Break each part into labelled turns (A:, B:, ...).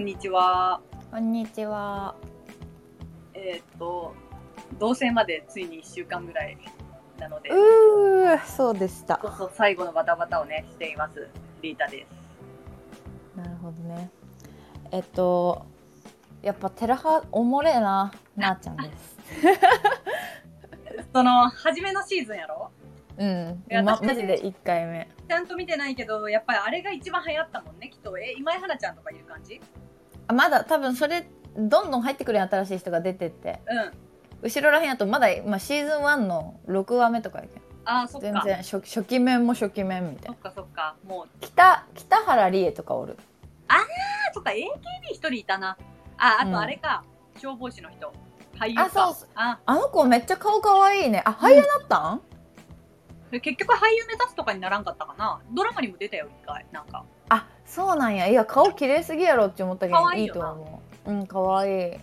A: んにちは。
B: こんにちは。
A: えーっ、と、同棲までついに1週間ぐらいなので、
B: うー、そうでした。
A: そうそう最後のバタバタをね、しています。リータです。
B: なるほどね。えっと、やっぱテラハおもれえな、なあちゃんです。
A: その、初めのシーズンやろ
B: うん、
A: いや
B: ま、
A: 確か
B: マ
A: に
B: ジで一回目。
A: ちゃんと見てないけど、やっぱりあれが一番流行ったもんね、きっと。え、今井花ちゃんとかいる感じ
B: あ、まだ多分それ、どんどん入ってくるやん新しい人が出てって。
A: うん。
B: 後ろらへんやと、まだ、まあ、シーズン1の6話目とかやけん。
A: あー、そっ
B: 全
A: か。
B: 然初、初期面も初期面みた
A: そ
B: いな
A: っ。かそっか。もう、
B: 北、北原理恵とかおる。
A: あ、そっか、AKB 一人いたな。あ、あ
B: うん
A: とあれか、消防士の人。俳優か。
B: あ、そうそう。
A: あ、
B: あの子めっちゃ顔可愛いね。あ、俳優なったん、
A: で結局俳優目指すとかにならんかったかなドラマにも出たよ一回なんか
B: あそうなんやいや顔綺麗すぎやろって思ったけ
A: 可
B: ど
A: 愛
B: い
A: い
B: い
A: よ
B: と
A: な
B: 思ううん可愛い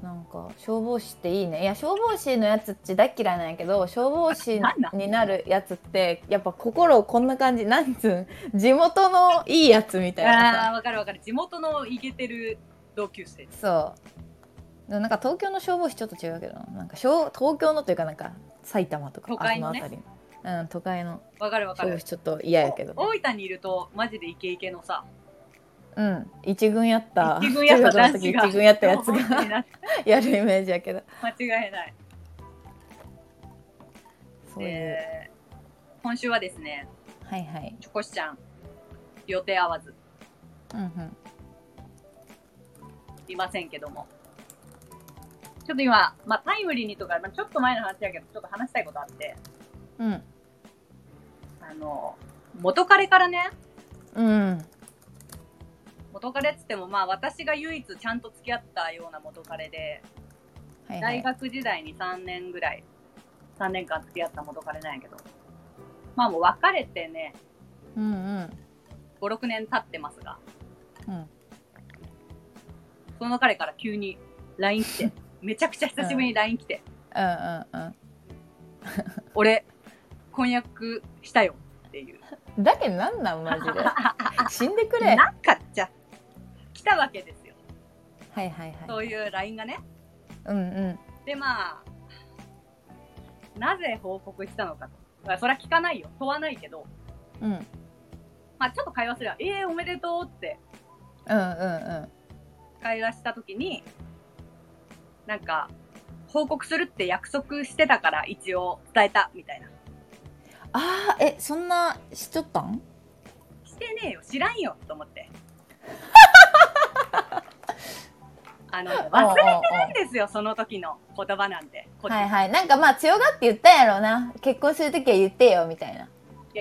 B: なんか消防士っていいねいや消防士のやつっち大っ嫌いなんやけど消防士
A: なんなん
B: になるやつってやっぱ心をこんな感じなんつうん地元のいいやつみたい
A: あ
B: な
A: あわかるわかる地元のイケてる同級生
B: さそうでもなんか東京の消防士ちょっと違うけどななんか消東京のというかなんか埼玉とか
A: 都会のね
B: あ辺りうん都会の
A: わかるわか
B: 消防
A: る
B: 士ちょっと嫌やけど
A: お大分にいるとマジでイケイケのさ
B: うん一軍やった
A: 一軍やった
B: 中学
A: 男
B: の時
A: 子が
B: 一軍やったやつ
A: 消防士に
B: が
A: なって
B: やるイメージやけど。
A: 間違いない
B: そういう。
A: えー今週はですね
B: はいはい。
A: チョコシちゃん予定合わず
B: うんうん。
A: いませんけどもちょっと今、まあ、タイムリーにとか、まあ、ちょっと前の話やけどちょっと話したいことあって
B: うん。
A: あの元彼からね
B: うん。
A: 元彼っつってもまあ私が唯一ちゃんと付き合ったような元彼で
B: はいは
A: 大
B: い。
A: 学時代に3年ぐらい3年間付き合った元彼なんやけどまあもう別れてね
B: うんうん。
A: 56年経ってますが
B: うん。
A: その彼から急に LINE 来 てめちゃくちゃ久しぶりに LINE 来て
B: うんうん
A: 「俺婚約したよ」っていう
B: うん。だけどなんなんマジで。 死んでくれ。はい
A: なんかじゃ来たわけですよ
B: はいはい。
A: そういう LINE がね
B: うんうん。
A: でまあなぜ報告したのかとまあそれは聞かないよ問わないけど
B: うん。うん
A: まあちょっと会話すれば「えー、おめでとう」って
B: うんうん。
A: 会話した時になんか報告するって約束してたから一応伝えたみたいな
B: ああ、え、そんなしとったん
A: してねえよ知らんよと思って あの忘れて
B: な
A: ないんですよその時の言葉なんてこっち、
B: はい
A: い、
B: はい。なんかまあ強がって言ったんやろうな。結婚するときは言ってよみたいな。
A: や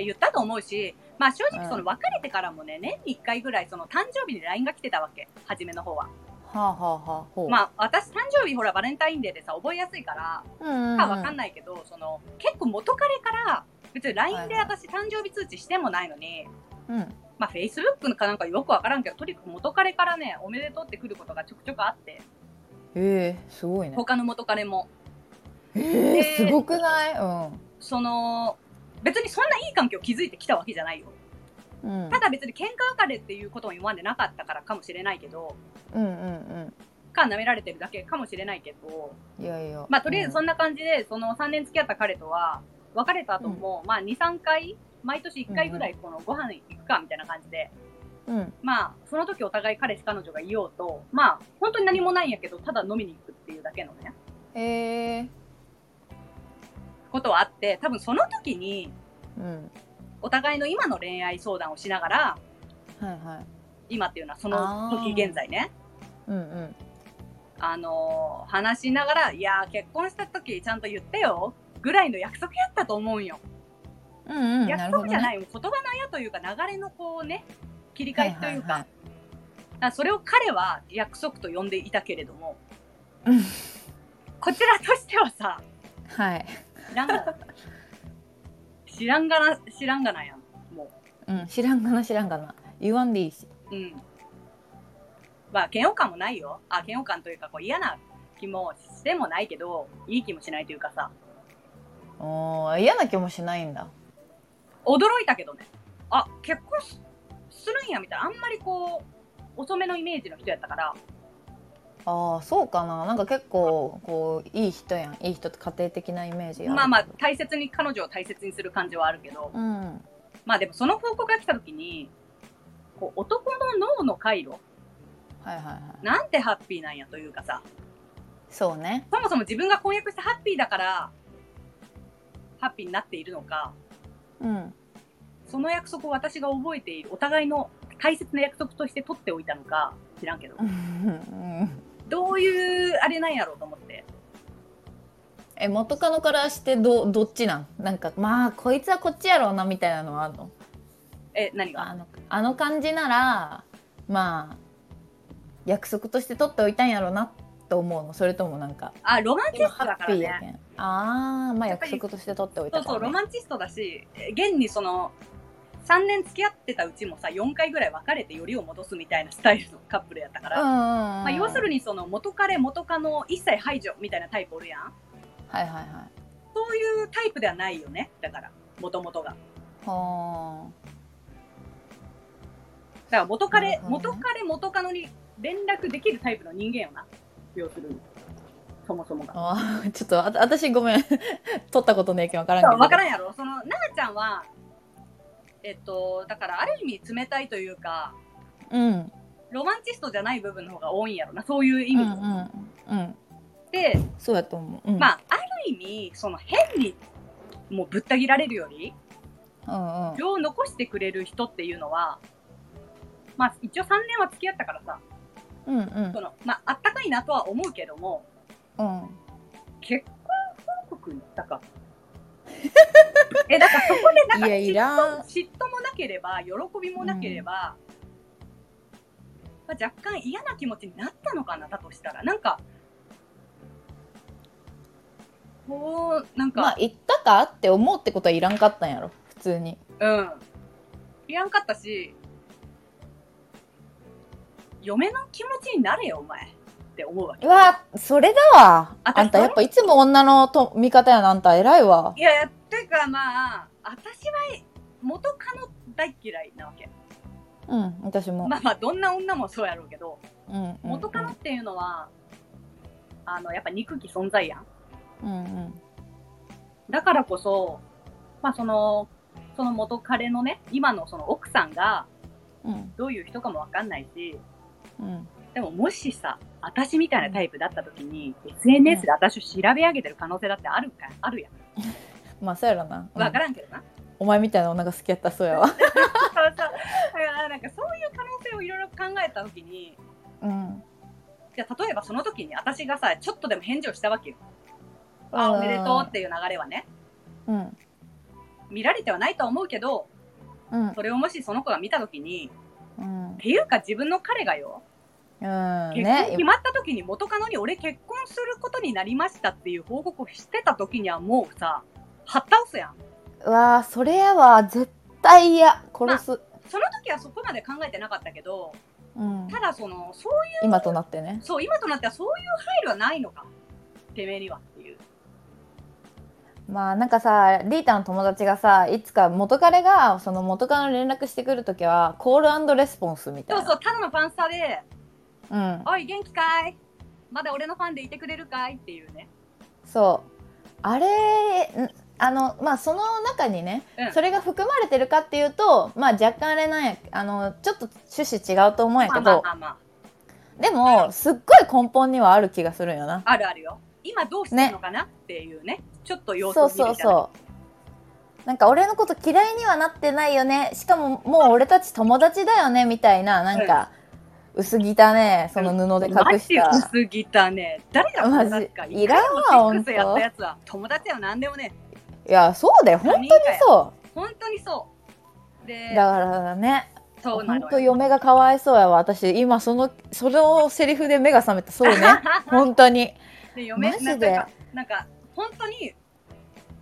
A: 言ったと思うしまあ正
B: う
A: 直
B: ん
A: その別れてからもね年に1回ぐらいその誕生日に LINE が来てたわけ初めの方は
B: はあはあはあ。ほう。あ、
A: まあ私誕生日ほらバレンタインデーでさ覚えやすいから
B: うんうん。
A: かわかん
B: ない。
A: ないけど、その結構元彼から別に LINE で
B: はい
A: 私誕生日通知してもないのに、
B: うん。
A: まあ Facebook かなんかよくわからんけどとにかく元彼からねおめでとうってくることがちょくちょくあって
B: ええ、すごいね。
A: 他の元彼も
B: ええ、
A: です
B: ごくないうん。
A: その別にそんないい関係を築いてきたわけじゃないよ
B: うん
A: ただ別に喧嘩別れっていうことも今までなかったからかもしれないけど
B: うんうん
A: か舐められてるだけかもしれないけど
B: うん。いやいや。
A: まあとりあえずそ
B: うん
A: な感じで、その3年付き合った彼とは別れた後も、まあ23回毎年1回ぐらいこのご飯行くかみたいな感じで
B: んうん。
A: まあ、その時お互い彼氏彼女がいようと、まあ、本当に何もないんやけど、ただ飲みに行くっていうだけのね、
B: ええ
A: ことはあって、多分その時に、
B: うん。
A: お互いの今の恋愛相談をしながら、
B: はいはい。
A: 今っていうのはその時
B: あー
A: 現在ね、
B: うんうん。
A: あのー話しながら、いやー、結婚した時ちゃんと言ってよ、ぐらいの約束やったと思うんよ。
B: うんうん。
A: 約束じゃ
B: い。
A: ない、もう言葉のあやというか、流れのこうね、切り替えというか、
B: はいはいはい
A: だからそれを彼は約束と呼んでいたけれども
B: うん、
A: こちらとしてはさ、
B: はい。
A: 知らんがな知らんがな知らんがなやんも
B: うん。知らんがな知らんがな。言わんでいいし。
A: ううんまあ嫌悪感もないよあ嫌悪感というかこう嫌な気もしてもないけどいい気もしないというかさ
B: おー嫌な気もしないんだ。
A: 驚いたけどねあ結婚すするんやみたいなあんまりこう遅めのイメージの人やったから、
B: ああそうかななんか結構こういい人やんいい人って家庭的なイメージや
A: まあまあ大切に彼女を大切にする感じはあるけど、
B: うん
A: まあでもその報告が来た時に、こう男の脳の回路、
B: はいはいはい
A: なんてハッピーなんやというかさ、
B: そうね
A: そもそも自分が婚約してハッピーだから、ハッピーになっているのか、
B: うん
A: その約束を私が覚えている、お互いの大切な約束として取っておいたのか、知らんけど
B: う、ん
A: どういうあれなんやろうと思って。
B: え元カノからしてどどっちなんなんかまあこいつはこっちやろうなみたいなのはあるの
A: え、何が
B: あのあの感じならまあ約束として取っておいたんやろうなと思うのそれともなんか
A: あ、ロマンチス
B: 今
A: ト
B: ハ
A: だか
B: ッピ
A: ら
B: ーや
A: ね。
B: けんああまあ
A: やっぱ
B: 約
A: り
B: 束として取っておい
A: そ
B: た
A: う
B: か
A: そう、
B: ら、
A: ロ
B: ね、
A: マンチストだし、え現にその、3年付き合ってたうちもさ、4回ぐらい別れてよりを戻すみたいなスタイルのカップルやったから、
B: うんうんうん
A: まあ、要するにその元彼元カノ一切排除みたいなタイプおるやん。
B: はいはいはい
A: そういうタイプではないよね。だから、元々が。
B: は
A: だから元
B: な
A: 彼
B: る、ほど
A: 元
B: ね
A: 彼、元カノに連絡できるタイプの人間よな。要するに。そもそもが。
B: ああーちょっとあ私ごめん 取ったことねえけんわからんけ
A: そう
B: ど
A: わからんやろその、ななちゃんは、えっと、だからある意味冷たいというか、
B: うん
A: ロマンチストじゃない部分の方が多いんやろな。そういう意
B: うんう
A: 味
B: んうん
A: で。
B: そうやと思う、うん、
A: まあ、ある意味、その変に、もうぶった切られるより、
B: あうんうん
A: 情を残してくれる人っていうのは、まあ一応3年は付き合ったからさ、
B: うんうん
A: その、まああったかいなとは思うけども、
B: うん
A: 結婚報告行ったか。 え、だからそこでなんか
B: いやいらん
A: 嫉妬もなければ、喜びもなければ、まあ、若干嫌な気持ちになったのかな、だとしたら。なんか、こう、なん
B: まあ
A: か、
B: 言ったかって思うってことはいらんかったんやろ普通に
A: うん。いらんかったし、嫁の気持ちになれよ、お前。って思うわけ。
B: うわそれだわ
A: 私
B: あんたやっぱいつも女のと味方やなあんた偉いわ
A: いや、いやていうかまあ、私は元カノ大嫌いなわけ。
B: うん私も、
A: まあまあ、どんな女もそうやろうけど、
B: うんうんうん、
A: 元カノっていうのは、あの、やっぱ憎き存在やん。
B: うんうん
A: だからこそ、まあその、その元彼のね、今のその奥さんが
B: うん
A: どういう人かもわかんないし、
B: うん
A: でももしさ、私みたいなタイプだった時に、SNS で私を調べ上げてる可能性だってあるか、あるやん。
B: まあそうやろな、うん
A: わからんけどな。
B: お前みたいな女が好きやったらそうや わ
A: そうそう。だからなんかそういう可能性をいろいろ考えた時に、
B: うん
A: じゃあ例えばその時に私がさ、ちょっとでも返事をしたわけよ。あ、おめでとうっていう流れはね、
B: うん
A: 見られてはないとは思うけど、
B: うん
A: それをもしその子が見た時に、
B: うん
A: っていうか自分の彼がよ、
B: うん
A: 結婚
B: ね
A: 決まった時に元カノに俺結婚することになりましたっていう報告をしてた時にはもうさ、はったおすやん。
B: うわーそれやわ絶対嫌殺す、
A: その時はそこまで考えてなかったけど、
B: うん、
A: ただその、そうい
B: 今となってね
A: う、そう、今となってはそういう配慮はないのか。てめえにはっていう。
B: まあなんかさリータの友達がさいつか元彼がその元カノに連絡してくるときはコールレスポンスみたい
A: そう
B: な
A: そう、ただのパンサーで、
B: うん、
A: おい、元気かいまだ俺のファンでいてくれるかいっていうね。
B: そうあれんあのまあその中にね、
A: うん
B: それが含まれてるかっていうとまあ若干あれなんやあのちょっと趣旨違うと思うんや
A: まあ
B: け
A: まあ
B: ど
A: まあまあ、
B: でもすっごい根本にはある気がするんよな
A: あるあるよ。今どうしてるのかなっていうね。ちょっと様子
B: そ
A: を
B: う
A: 見るじゃな
B: そう
A: いそう
B: そうなんか俺のこと嫌いにはなってないよねしかももう俺たち友達だよねみたいななんか、薄着たねその布で隠した、
A: マジ薄ぎたね。誰が友達か。
B: マジいらんわ
A: 一回もセックスやったやつは友達やなんでもね。
B: いやそうだよ本当にそ
A: 本当にそう。
B: うだ
A: で、
B: からね
A: そうな
B: 本
A: の
B: 当
A: よ。
B: 嫁がかわいそうやわ私今そのそのセリフで目が覚めたそうね 本当に
A: で嫁
B: マ
A: なん
B: ジ
A: か
B: で
A: やっぱ、なんか本当に、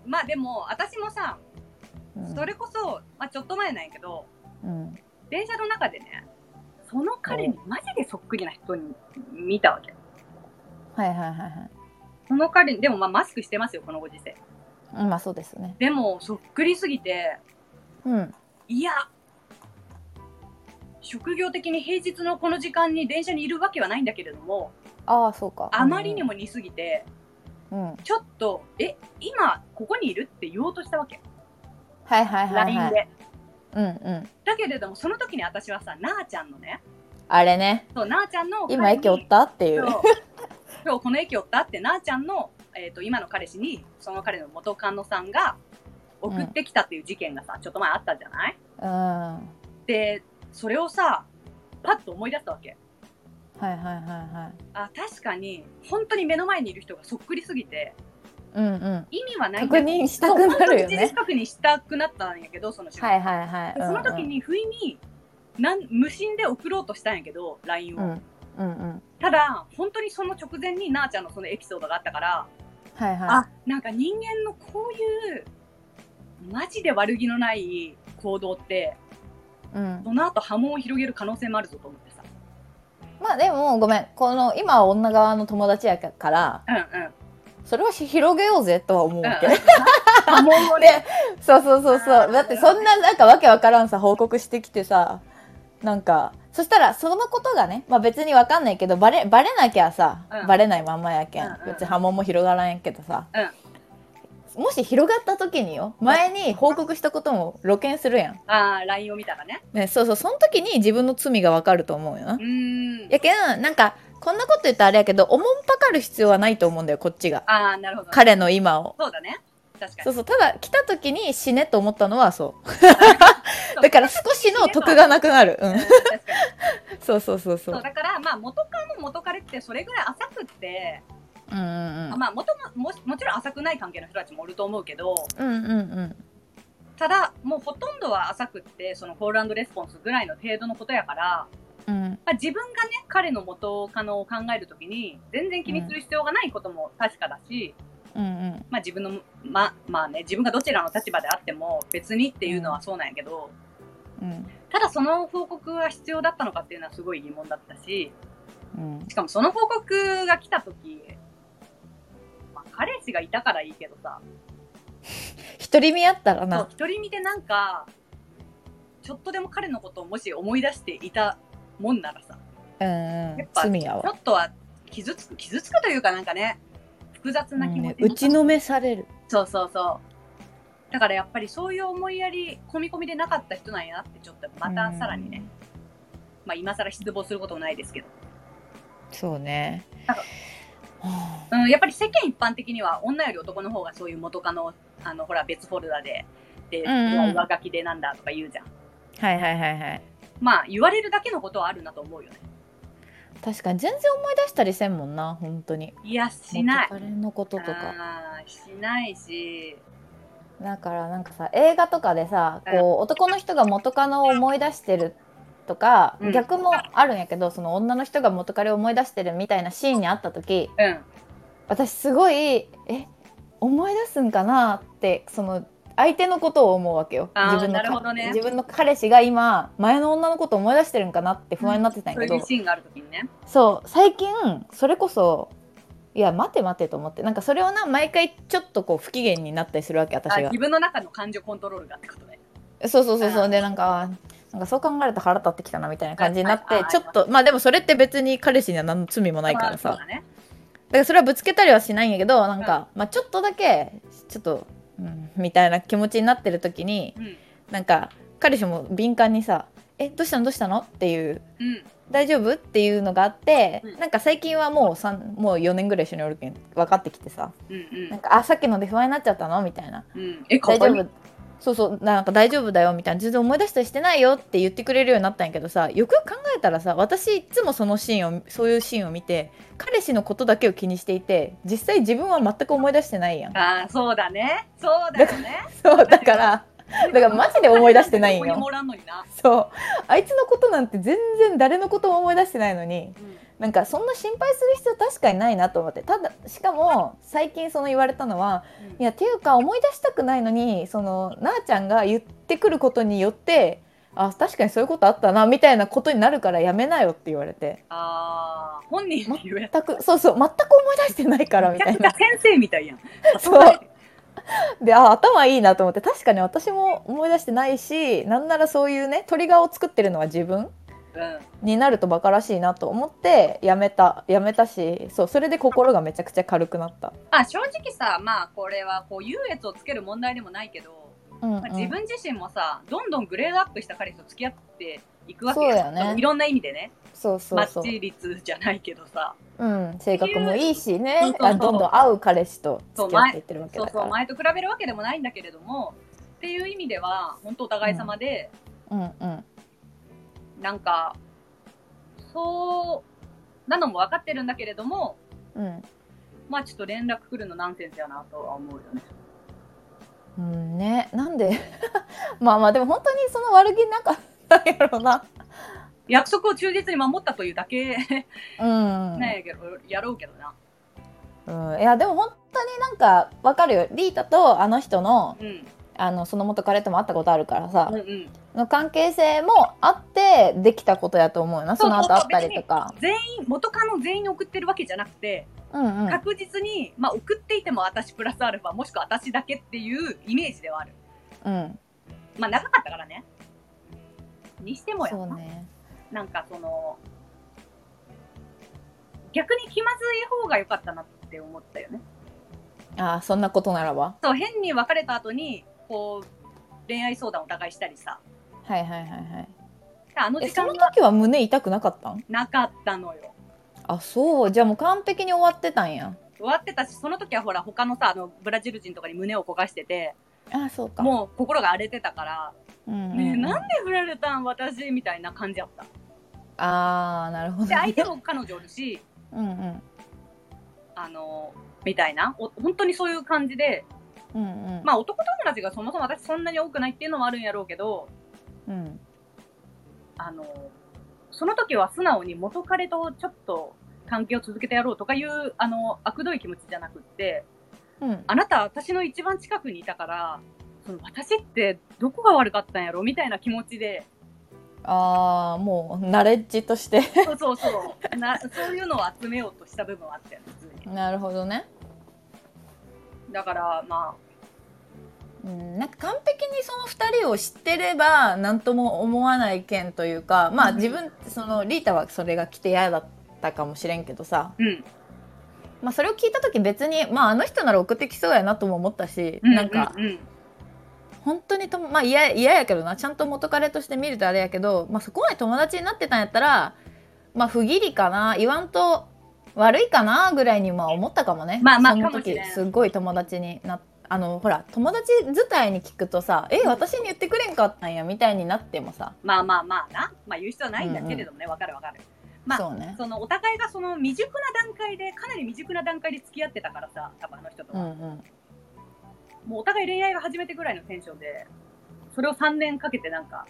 A: まあでも私もさ、
B: うん
A: それこそ、まあちょっと前なんやけど、
B: うん
A: 電車の中でね、その彼にマジでそっくりな人に見たわけ。
B: はいはいはいはい
A: その彼に、でもまあマスクしてますよ、このご時世。
B: うんまあそうですね
A: でも、そっくりすぎて、
B: うん
A: いや、職業的に平日のこの時間に電車にいるわけはないんだけれども、
B: ああそうか
A: あまりにも似すぎて、
B: うん、うん、
A: ちょっと、え、今ここにいるって言おうとしたわけ。
B: はいはいはい、は
A: LINE
B: い、
A: で。
B: うんうん
A: だけれども、その時に私はさ、なあちゃんのね、
B: あれね
A: そう、なあちゃんの彼に、
B: 今駅おったっていう
A: そう今日この駅おったってなあちゃんの、えー、と今の彼氏にその彼の元カノさんが送ってきたっていう事件がさ、ちょっと前あったじゃない
B: うんは
A: でそれをさパッと思い出したわけ
B: いはいはいはい
A: あ確かに本当に目の前にいる人がそっくりすぎて
B: うんうん
A: 意味はないん
B: 確
A: だけど
B: 認したくなるよ
A: そう本当に一時
B: ね
A: 確認したくなったんやけどその瞬間、
B: はいはいはい、
A: でその時に不意になん無心で送ろうとしたんやけど LINE を、
B: うんうんうんうん
A: ただ本当にその直前になあちゃんのそのエピソードがあったから
B: はいは
A: あなんか人間のこういうマジで悪気のない行動って
B: いうん
A: その後波紋を広げる可能性もあるぞと思ってさ
B: まあでもごめんこの今は女側の友達やから
A: うんうん
B: それは広げようぜとは思うけど、
A: 波紋を ね
B: そうそうそう
A: あ
B: そう
A: ー
B: だってそんななんかわけわからんさ報告してきてさなんかそしたらそのことがね、まあ、別にわかんないけどバレバレなきゃさ、
A: うん
B: バレないまんまやけん、
A: うんうん
B: 別に波紋も広がらんやけどさ、もし広がった時によ前に報告したことも露見するやん、
A: ああ LINE を見たらね
B: ね、そうそうその時に自分の罪がわかると思うよな
A: うーん
B: やけんなんかこんなこと言ったらあれやけどおもんぱかる必要はないと思うんだよこっちが
A: ああなるほど
B: 彼の今を
A: そうだね確か
B: そう
A: に
B: そうただ来た時に死ねと思ったのはそうだから少しの得がなくなるう
A: うん
B: ん
A: 確かに
B: そうそうそうそ
A: そううだからまあ元カノ元彼ってそれぐらい浅くって、
B: うんうん
A: まあ元もももちろん浅くない関係の人たちもおると思うけど
B: うんうんうん
A: ただもうほとんどは浅くってそのコールレスポンスぐらいの程度のことやから
B: うん
A: まあ、自分がね、彼の元カノを考えるときに、全然気にする必要がないことも確かだし、
B: うん
A: まあ自分の、ま、まあね、自分がどちらの立場であっても別にっていうのはそうなんやけど、
B: うん
A: ただその報告は必要だったのかっていうのはすごい疑問だったし、
B: うん
A: しかもその報告が来たとき、まあ彼氏がいたからいいけどさ、
B: 一人見合ったら
A: そう
B: な
A: 一人見でなんか、ちょっとでも彼のことをもし思い出していたもんならさ、
B: うんうん
A: やっぱ
B: 罪や
A: ちょ
B: わ
A: っとは傷つく、傷つくというかなんかね、複雑な気持ち、
B: うん打ちのめされる
A: そうそうそう。だからやっぱりそういう思いやり、込み込みでなかった人なんやなって、ちょっとまたさらにね、まあ今更失望することもないですけど、
B: うんそうね
A: なんか
B: は
A: うん、やっぱり世間一般的には女より男の方がそういう元カノ、あの、ほら別フォルダで、で、
B: うんうん
A: 上書きでなんだとか言うじゃん。
B: あはいはいはいはい
A: まあ言われるだけのことはあるなと思うよね。
B: 確かに全然思い出したりせんもんな本当に
A: いや、しない。
B: 元彼のこととか
A: あーしないし、
B: だからなんかさ映画とかでさこう男の人が元カノを思い出してるとか、
A: うん
B: 逆もあるんやけどその女の人が元カレを思い出してるみたいなシーンにあった時
A: うん。
B: 私すごいえ思い出すんかなってその相手のことを思うわけよ
A: あー
B: 自分の
A: なるほどね
B: 自分の彼氏が今前の女のことを思い出してるんかなって不安になってたんや
A: そう
B: けど、
A: いうシーンがあるときにね。
B: そう最近それこそいや待て待てと思ってなんかそれをな毎回ちょっとこう不機嫌になったりするわけ私
A: あ
B: が
A: 自分の中の感情コントロールがってことね。
B: そうそうそうそううんでなんかなんかそう考えると腹立ってきたなみたいな感じになっ
A: はい
B: て
A: はい
B: ちょっとまあでもそれって別に彼氏には何の罪もないから
A: まあ
B: さ
A: そうだね。
B: だからそれはぶつけたりはしないんやけどなんかまあちょっとだけちょっと、うん、みたいな気持ちになってる時に
A: うん。
B: なんか彼氏も敏感にさ「えどうしたのどうしたの?」っていう
A: うん。
B: 「大丈夫?」っていうのがあって
A: うん
B: なんか最近はもう三もう4年ぐらい一緒におるけん分かってきてさ
A: うん。うん
B: なんか「あさっきので不安になっちゃったの?」みたいな
A: うん、え、
B: 大
A: 大
B: 丈
A: 丈
B: 夫
A: 夫。
B: そうそうなんか大丈夫だよみたいな全然思い出したりしてないよって言ってくれるようになったんやけどさよくよく考えたらさ私いつもそのシーンをそういうシーンを見て彼氏のことだけを気にしていて実際自分は全く思い出してないやん
A: ああ、そうだね。そうだよね。
B: そうだからだからマジで思い出してないんよ
A: どこにもおらんのにな。
B: そうあいつのことなんて全然誰のことも思い出してないのに
A: うん。
B: なんかそんな心配する必要確かにないなと思ってただしかも最近その言われたのは
A: うん
B: いやっていうか思い出したくないのにそのなあちゃんが言ってくることによってあ確かにそういうことあったなみたいなことになるからやめなよって言われて
A: ああ、本人の言うやつ。
B: 全くそうそう全く思い出してな いからみ
A: め
B: たい
A: ちゃ
B: な
A: くちゃ先生みたいやん。
B: そうであ頭いいなと思って確かに私も思い出してないしなんならそういうねトリガーを作ってるのは自分
A: う
B: になるとバカらしいなと思ってやめたやめたしそうそれで心がめちゃくちゃ軽くなった、
A: ん、まあ正直さまあこれはこう優越をつける問題でもないけど、
B: うんうん
A: まあ、自分自身もさどんどんグレードアップした彼氏と付き合っていくわけ
B: そうだよね
A: いろんな意味でね
B: そうそう
A: マッ
B: そう
A: チ率じゃないけどさ
B: うん、性格もいいし
A: そう
B: ね
A: そうそう
B: あどんどん会う彼氏と付き合っていってるわけ
A: そう
B: だ
A: そ
B: か
A: う
B: ら
A: 前と比べるわけでもないんだけれどもっていう意味では本当お互い様で、
B: うんうん
A: なんかそうなのも分かってるんだけれども
B: うん
A: まあちょっと連絡来るのナンセンスやなとは思うよね。
B: うんねなんで まあまあでも本当にその悪気なんかなんやろうな
A: 約束を忠実に守ったというだけ
B: うん、
A: なんやけど、やろうけどな。
B: うん、いやでも本当になんかわかるよリータとあの人の
A: うん。
B: あのその元彼とも会ったことあるからさ、
A: うんうん。
B: の関係性もあってできたことやと思うよな
A: そ
B: そうの
A: そう
B: 後会ったりとか
A: 元カノ全員に送ってるわけじゃなくて、
B: うんうん
A: 確実に、まあ送っていても私プラスアルファ、もしくは私だけっていうイメージではある。
B: うん
A: まあ長かったからね。にしてもや
B: そ
A: な、
B: うね
A: なんかその、逆に気まずい方が良かったなって思ったよね。
B: ああそんなことならば
A: そう、変に別れた後に、こう、恋愛相談お互いしたりさ。
B: はいはいはいはい
A: あの
B: え
A: 時
B: そ
A: 間
B: の
A: は
B: 時は胸痛くなかったん
A: なかったのよ。
B: あそうじゃあもう完璧に終わってたんや
A: 終わってたし、その時はほら、他のさ、あの、ブラジル人とかに胸を焦がしてて、
B: あそうか
A: もう心が荒れてたから、
B: うんうん
A: ねえ、なんで振られたん私みたいな感じや った。
B: ああなるほど
A: で、
B: ね
A: 相手も彼女おるし、
B: うんうん
A: あの、みたいな、お本当にそういう感じで、
B: うんうん
A: まあ男友達がそもそも私そんなに多くないっていうのもあるんやろうけど、
B: うん
A: あの、その時は素直に元彼とちょっと関係を続けてやろうとかいう、あの、悪どい気持ちじゃなくって、
B: うん
A: あなた私の一番近くにいたから、その私ってどこが悪かったんやろみたいな気持ちで、
B: ああもうナレッジとして
A: そうそうそう、なそういうのを集めようとした部分はあったよね、普通に。
B: なるほどね
A: だから、ま
B: うん、なんか完璧にその2人を知ってれば何とも思わない件というかまあ
A: うん
B: 自分そのリータはそれが来て嫌だったかもしれんけどさ、
A: あ、うん。
B: まあ、それを聞いた時別に、まあ、あの人なら送ってきそうやなとも思ったし、なんか
A: うんうんうん
B: 本当にとも、まあ、嫌や嫌やけどなちゃんと元彼として見るとあれやけど、まあ、そこまで友達になってたんやったら、まあ、不義理かな言わんと悪いかなぐらいにまあ思ったかもね、
A: まあまあ
B: その
A: かもし
B: 時
A: れん
B: すっごい友達になあのほら友達伝いに聞くとさ「え私に言ってくれんかったんや」みたいになってもさ、
A: まあまあまあな、まあ言う必要はないんだけれどもね、わ、かるわかる。まあ
B: そうね。
A: そのお互いがその未熟な段階で、かなり未熟な段階で付き合ってたからさ、多分あの人と
B: う
A: は。
B: んうん、
A: もうお互い恋愛が始めてぐらいのテンションで、それを3年かけてなんか、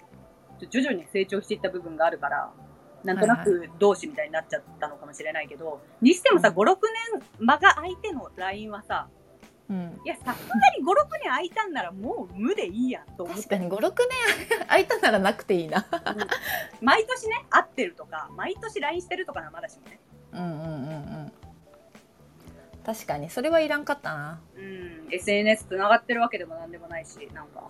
A: ちょ徐々に成長していった部分があるから、なんとなく同志みたいになっちゃったのかもしれないけど、にしてもさ、5、
B: うん
A: 6年間が相手の LINE はさ、
B: うん、
A: いや、さすがに5、6年空いたんならもう無でいいやと思っ
B: 確
A: て
B: か、に56年空いたならなくていいな。
A: 毎年ね、会ってるとか、毎年 LINE してるとかならまだしもね。
B: うんうんうんうん確かにそれはいらんかったな
A: うん、SNS 繋がってるわけでもなんでもないし、なんか。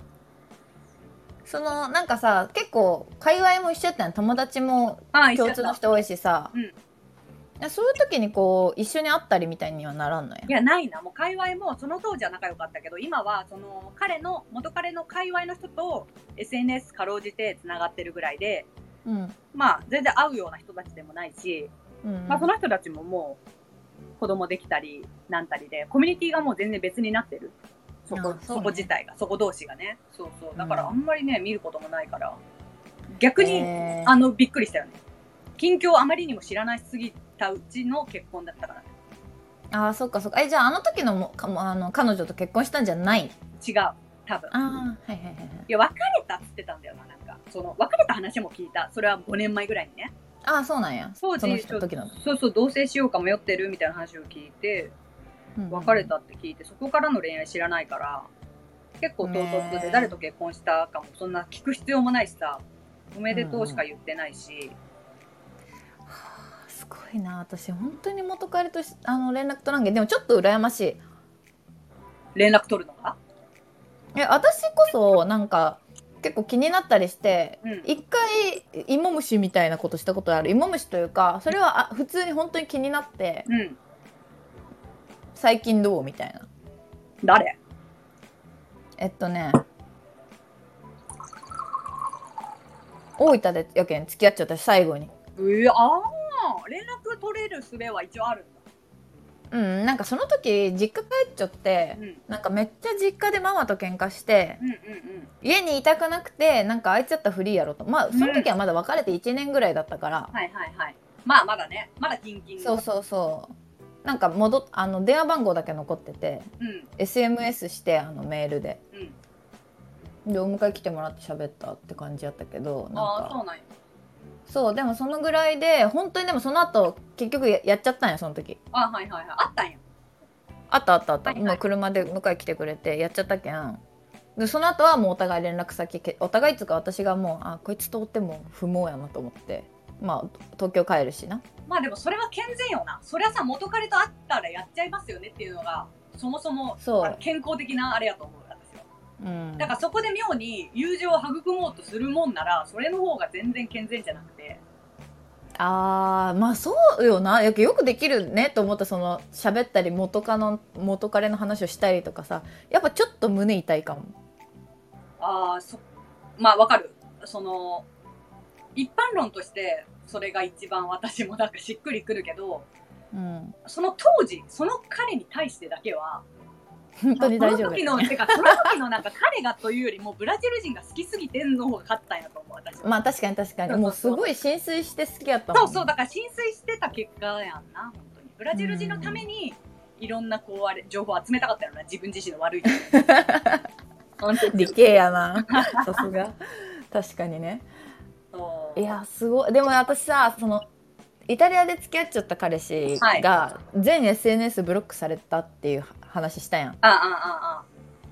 B: そのなんかさ結構界隈も一緒やったんや友達も
A: ああ、一緒
B: 共
A: だっ
B: 通の
A: た。
B: 人多いしさ、
A: うん
B: いやそういう時にこう一緒に会ったりみたいにはならんのや
A: いや、ないな。もう界隈も、その当時は仲良かったけど、今は、その、彼の、元彼の界隈の人と、SNS かろうじて繋がってるぐらいで、
B: うん
A: まあ、全然会うような人たちでもないし、
B: うん
A: まあ、その人たちももう、子供できたり、なんたりで、コミュニティがもう全然別になってる。そこ、
B: あ
A: そ
B: そうね
A: こ自体が、そこ同士がね。そうそう。だから、
B: うん
A: あんまりね、見ることもないから、逆に、
B: えー
A: あの、びっくりしたよね。近況をあまりにも知らなすぎたうちの結婚だったからね。
B: ああそっかそっかえじゃああの時のもかもあの彼女と結婚したんじゃない
A: 違う。多分。
B: ああはいはいはいはい
A: いや、別れたって言ってたんだよな、なんか。その、別れた話も聞いた。それは5年前ぐらいにね。
B: ああそうなんや
A: 当時
B: その人時の、
A: そうそう、同棲しようか迷ってるみたいな話を聞いて、
B: うんうん
A: 別れたって聞いて、そこからの恋愛知らないから、結構唐突
B: ね
A: で
B: え
A: 誰と結婚したかも、そんな聞く必要もないしさ、おめでとうしか言ってないし、
B: はあすごいな私本当に元彼としあの連絡取らんけんでもちょっと羨ましい
A: 連絡取るのが
B: え私こそなんか結構気になったりして
A: うん
B: 一回芋虫みたいなことしたことある芋虫というかそれはあ普通に本当に気になって
A: うん。
B: 最近どうみたいな
A: 誰
B: えっとね大分でやけん付き合っちゃったし最後に
A: うわあー連絡取れる術は一応あるんだ。
B: うんなんかその時実家帰っちゃって
A: うん。
B: なんかめっちゃ実家でママと喧嘩して
A: うんうんうん。
B: 家にいたくなくてなんかあいつやったらフリーやろとまあその時はまだ別れて1年ぐらいだったから、
A: はいはいはい。まあまだね、まだギンギン。
B: そうそうそうなんか戻っあの電話番号だけ残ってて
A: うん
B: SMS してあのメールで
A: うん。
B: でお迎え来てもらって喋ったって感じやったけどなん
A: ああ、
B: か
A: そうなんや。
B: そうでもそのぐらいで本当にでもその後結局ややっちゃったんやその時
A: あはいはいはい。あったんや。
B: あったあったあった、
A: はいはい
B: 今車で迎え来てくれてやっちゃったけんでその後はもうお互い連絡先けお互いっつうか私がもうあこいつとおっても不毛やなと思ってまあ東京帰るしな
A: まあでもそれは健全よな。そりゃさ、元彼と会ったらやっちゃいますよねっていうのが、そもそも
B: そう
A: あの健康的なあれやと思う。私は
B: うん
A: だからそこで妙に友情を育もうとするもんならそれの方が全然健全じゃなくて
B: あーまあそうよなやけよくできるねと思ったその喋ったり元カノ元彼の話をしたりとかさやっぱちょっと胸痛いかも
A: ああそまあわかるその一般論としてそれが一番私もなんかしっくりくるけど
B: うん
A: その当時その彼に対してだけは
B: 本当に大
A: そ
B: 丈
A: の
B: 夫
A: 時のてかその時のなんか彼がというよりもブラジル人が好きすぎてんの方が勝ったんやと思う私は
B: まあ確かに確かにもうすごい浸水して好きやったもん
A: そうそうだから浸水してた結果やんな本当にブラジル人のためにいろんなこうあれ情報を集めたかったよな自分自身の悪いと こ本当
B: 理
A: に
B: 系やなさすが確かにね
A: そう
B: いやすごいでも私さそのイタリアで付き合っちゃった彼氏が全 SNS ブロックされたっていう話したやん
A: ああああ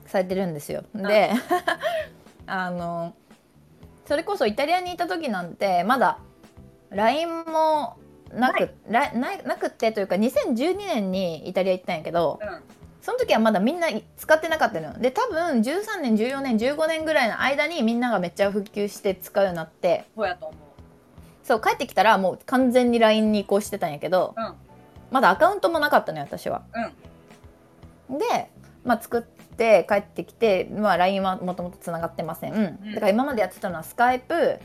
B: されてるんですよで あのそれこそイタリアにいた時なんてまだ LINE もなく,ら、ななくてというか2012年にイタリア行ったんやけど
A: ああうん
B: その時はまだみんな使ってなかったのよで多分13年14年15年ぐらいの間にみんながめっちゃ普及して使うようになって
A: そうやと思う
B: そう帰ってきたらもう完全に LINE に移行してたんやけど
A: うん
B: まだアカウントもなかったのよ私は。で、まあ、作って帰ってきて、まあ、LINE はもともとつながってません、
A: うん
B: だから今までやってたのはスカイプ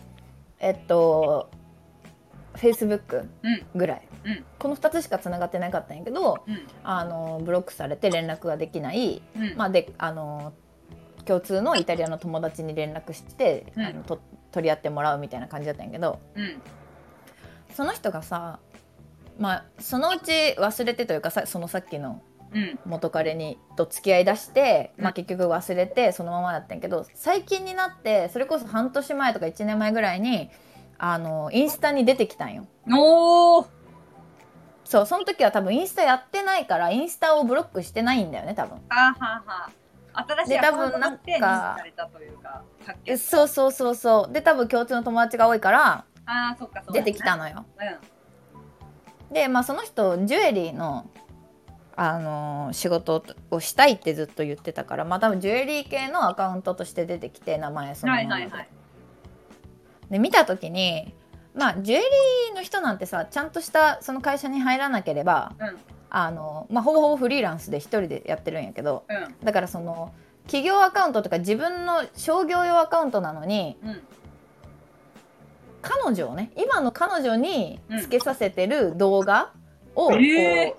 B: えっとフェイスブック
A: うん
B: ぐらい、
A: うん
B: この2つしかつながってなかったんやけど
A: うん
B: あのブロックされて連絡ができない、
A: うんうん
B: まあ、であの共通のイタリアの友達に連絡して、
A: うん
B: あのと取り合ってもらうみたいな感じだったんやけど
A: うん
B: その人がさまあそのうち忘れてというかさそのさっきの
A: うん
B: 元彼にと付き合いだして、
A: うん
B: まあ、結局忘れてそのままだったんやけど最近になってそれこそ半年前とか1年前ぐらいにあのインスタに出てきたんよ
A: おー
B: そうその時は多分インスタやってないからインスタをブロックしてないんだよね多分
A: あーはーはー新しい
B: で
A: ア
B: 多
A: カウントが
B: 分な
A: あ
B: ん
A: っ
B: か
A: て認知されたというか発
B: え
A: 見
B: そうそうそうそうで多分共通の友達が多いから
A: ああそっかそうだ
B: 出
A: ね
B: てきたのよ
A: う
B: でまあその人ジュエリーのあのー仕事をしたいってずっと言ってたからまあ多分ジュエリー系のアカウントとして出てきて名前そ
A: ん
B: のま
A: は
B: ま
A: い
B: で
A: はいはい
B: で見た時にまあジュエリーの人なんてさちゃんとしたその会社に入らなければ
A: うん
B: あの、まあ、ほぼほぼフリーランスで一人でやってるんやけど
A: うん
B: だからその企業アカウントとか自分の商業用アカウントなのに
A: うん
B: 彼女をね今の彼女につけさせてる動画をこう、
A: うんえ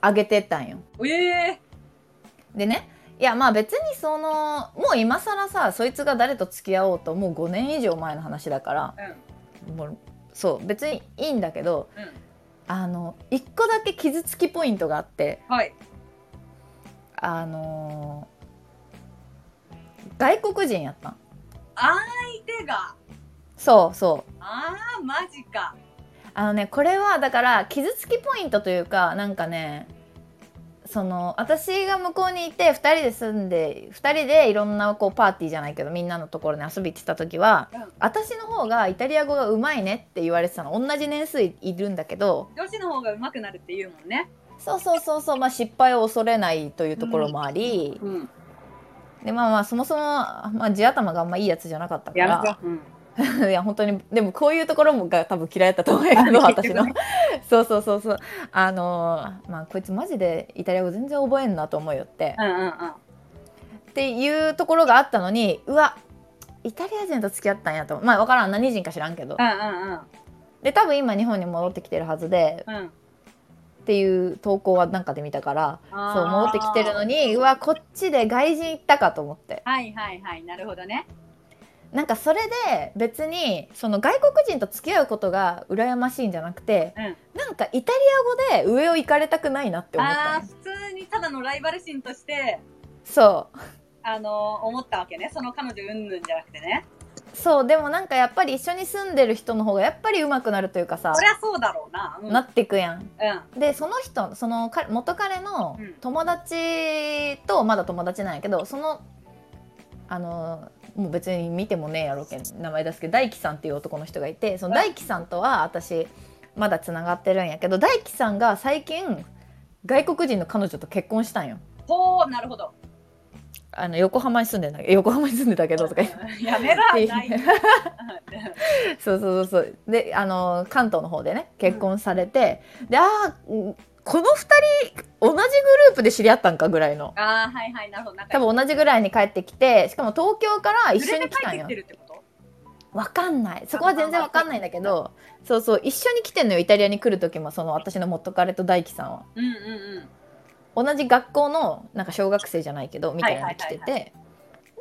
B: 上げてったんよ。
A: ええ
B: でねいやまあ別にそのもう今更さそいつが誰と付き合おうともう5年以上前の話だから
A: うん
B: もうそう別にいいんだけど
A: うん
B: あの一個だけ傷つきポイントがあって
A: はい
B: あのー外国人やったん
A: 相手が
B: そうそう
A: ああマジか
B: あのねこれはだから傷つきポイントというかなんかねその私が向こうにいて2人で住んで2人でいろんなこうパーティーじゃないけどみんなのところに遊びに行ってた時は
A: うん
B: 私の方がイタリア語がうまいねって言われてたの同じ年数いるんだけど
A: 女子の方が上手くなるって言うもんね
B: そうそうそうそう、まあ、失敗を恐れないというところもあり、
A: うん
B: でまあまあそもそも、まあ、地頭があんまいいやつじゃなかったか
A: やめ
B: ら
A: て。うん。
B: いや本当にでもこういうところもが多分嫌いだったと思うけど
A: あ
B: 私
A: 結
B: の
A: 局ね
B: そうそうそうそうあのーまあこいつマジでイタリア語全然覚えんなと思うよって
A: うんうんうん。
B: っていうところがあったのにうわイタリア人と付き合ったんやとまあ分からん何人か知らんけど
A: うんうん
B: で多分今日本に戻ってきてるはずで
A: うん。うん。
B: っていう投稿はなんかで見たから
A: あー
B: そう戻ってきてるのにうわこっちで外人行ったかと思って
A: はいはいはい。なるほどね。
B: なんかそれで別にその外国人と付き合うことが羨ましいんじゃなくて、
A: うん
B: なんかイタリア語で上を行かれたくないなって思っ
A: あ
B: た
A: あー、
B: の
A: 普通にただのライバル心として、
B: そう
A: あのー思ったわけね。その彼女うんぬんじゃなくてね。
B: そうでもなんかやっぱり一緒に住んでる人の方がやっぱり上手くなるというかさ
A: そりゃそうだろうな。うん。
B: なってくやん
A: うん。
B: でその人その彼元彼の
A: うん
B: 友達とまだ友達なんやけどそのあのもう別に見てもねえやろうけん名前出すけど大樹さんっていう男の人がいてその大樹さんとは私まだつながってるんやけど大樹さんが最近外国人の彼女と結婚したんよ。
A: ほう、なるほど。
B: あの横浜に住んでんだけど横浜に住んでたけどとか言って
A: うんやめろ、ない。
B: そうそうそうそうであの関東の方でね結婚されて、でああこの2人同じグループで知り合ったんかぐらいの
A: ああ、はいはい、なるほど。なんか
B: 多分同じぐらいに帰ってきてしかも東京から一緒に来たん
A: 連れて帰って
B: よ
A: きてるってこと
B: わかんないそこは全然わかんないんだけどそうそう一緒に来てんのよイタリアに来る時もその私の元彼と大樹さんは
A: うんうんうん。
B: 同じ学校のなんか小学生じゃないけどみたいなのに来て
A: はいはい
B: て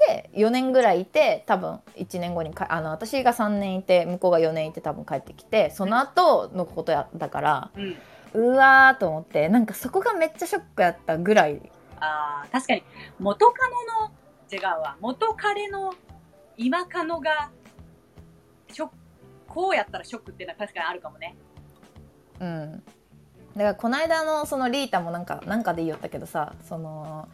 B: で4年ぐらいいて多分1年後にかあの私が3年いて向こうが4年いて多分帰ってきてその後のことやだから
A: うん。
B: うわーと思ってなんかそこがめっちゃショックやったぐらい
A: ああ、確かに、元カノの、違うわ、元彼の今カノが、ショック、こうやったらショックっていうのは確かにあるかもね。
B: うん、だからこの間のそのリータもなんかなんかで言いよったけどさその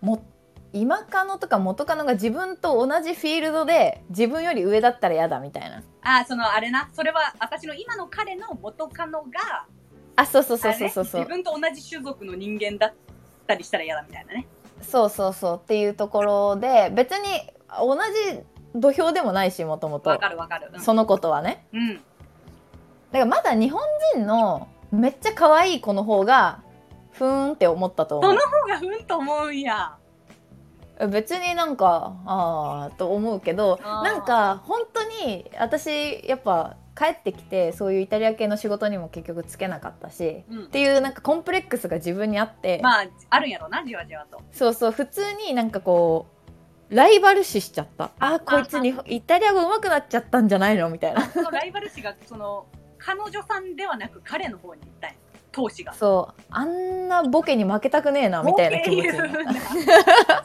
B: も今カノとか元カノが自分と同じフィールドで自分より上だったら嫌だみたいな
A: ああ、その、あれな、それは私の今の彼の元カノが、
B: あそうそうそう
A: あれ
B: そう
A: ね
B: そうそう
A: 自分と同じ種族の人間だったりしたら嫌だみたいなね。
B: そうそうそうっていうところで別に同じ土俵でもないしもともと
A: わかるわかる。うん
B: そのことはね
A: うん。
B: だからまだ日本人のめっちゃ可愛い子の方がふーんって思ったと思う
A: その方がうんと思うんや。
B: 別になんかああと思うけど
A: あー
B: なんか本当に私やっぱ帰ってきてそういうイタリア系の仕事にも結局つけなかったし
A: うん
B: っ。ていうなんかコンプレックスが自分にあって、
A: まあ、あるんやろうな、じわじわと。
B: そうそう普通になんかこうライバル視しちゃったあーこいつにイタリア語上手くなっちゃったんじゃないのみたいな
A: そのライバル視が、その、彼女さんではなく彼の方に行ったんや。投資が。
B: そうあんなボケに負けたくねえなみたいな気持ちになった
A: に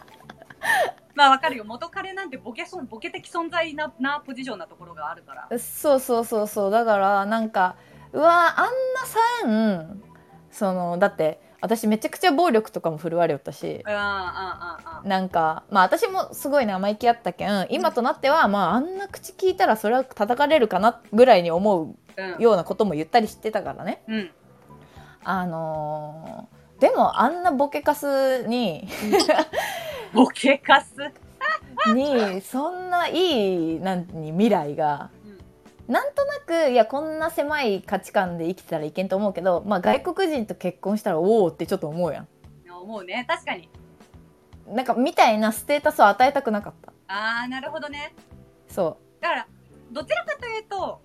A: まあわかるよ元彼なんてボケそうボケ的存在ななポジションなところがあるから
B: そうそうそうそうだからなんかうわあんなさえんそのだって私めちゃくちゃ暴力とかも振るわれよったし
A: うんうんうんうん
B: なんかまあ私もすごい生意気やったけん今となってはまああんな口聞いたらそれは叩かれるかなぐらいに思
A: うん
B: うようなことも言ったりしてたからね
A: うん、
B: あのーでもあんなボケカスに
A: ボケかす、
B: にそんないいなんに未来が
A: うん
B: なんとなくいやこんな狭い価値観で生きてたらいけんと思うけど、まあ、外国人と結婚したらおおってちょっと思うやん
A: 思うね確かに
B: なんかみたいなステータスを与えたくなかった
A: ああなるほどね
B: そ
A: だからどちらかというと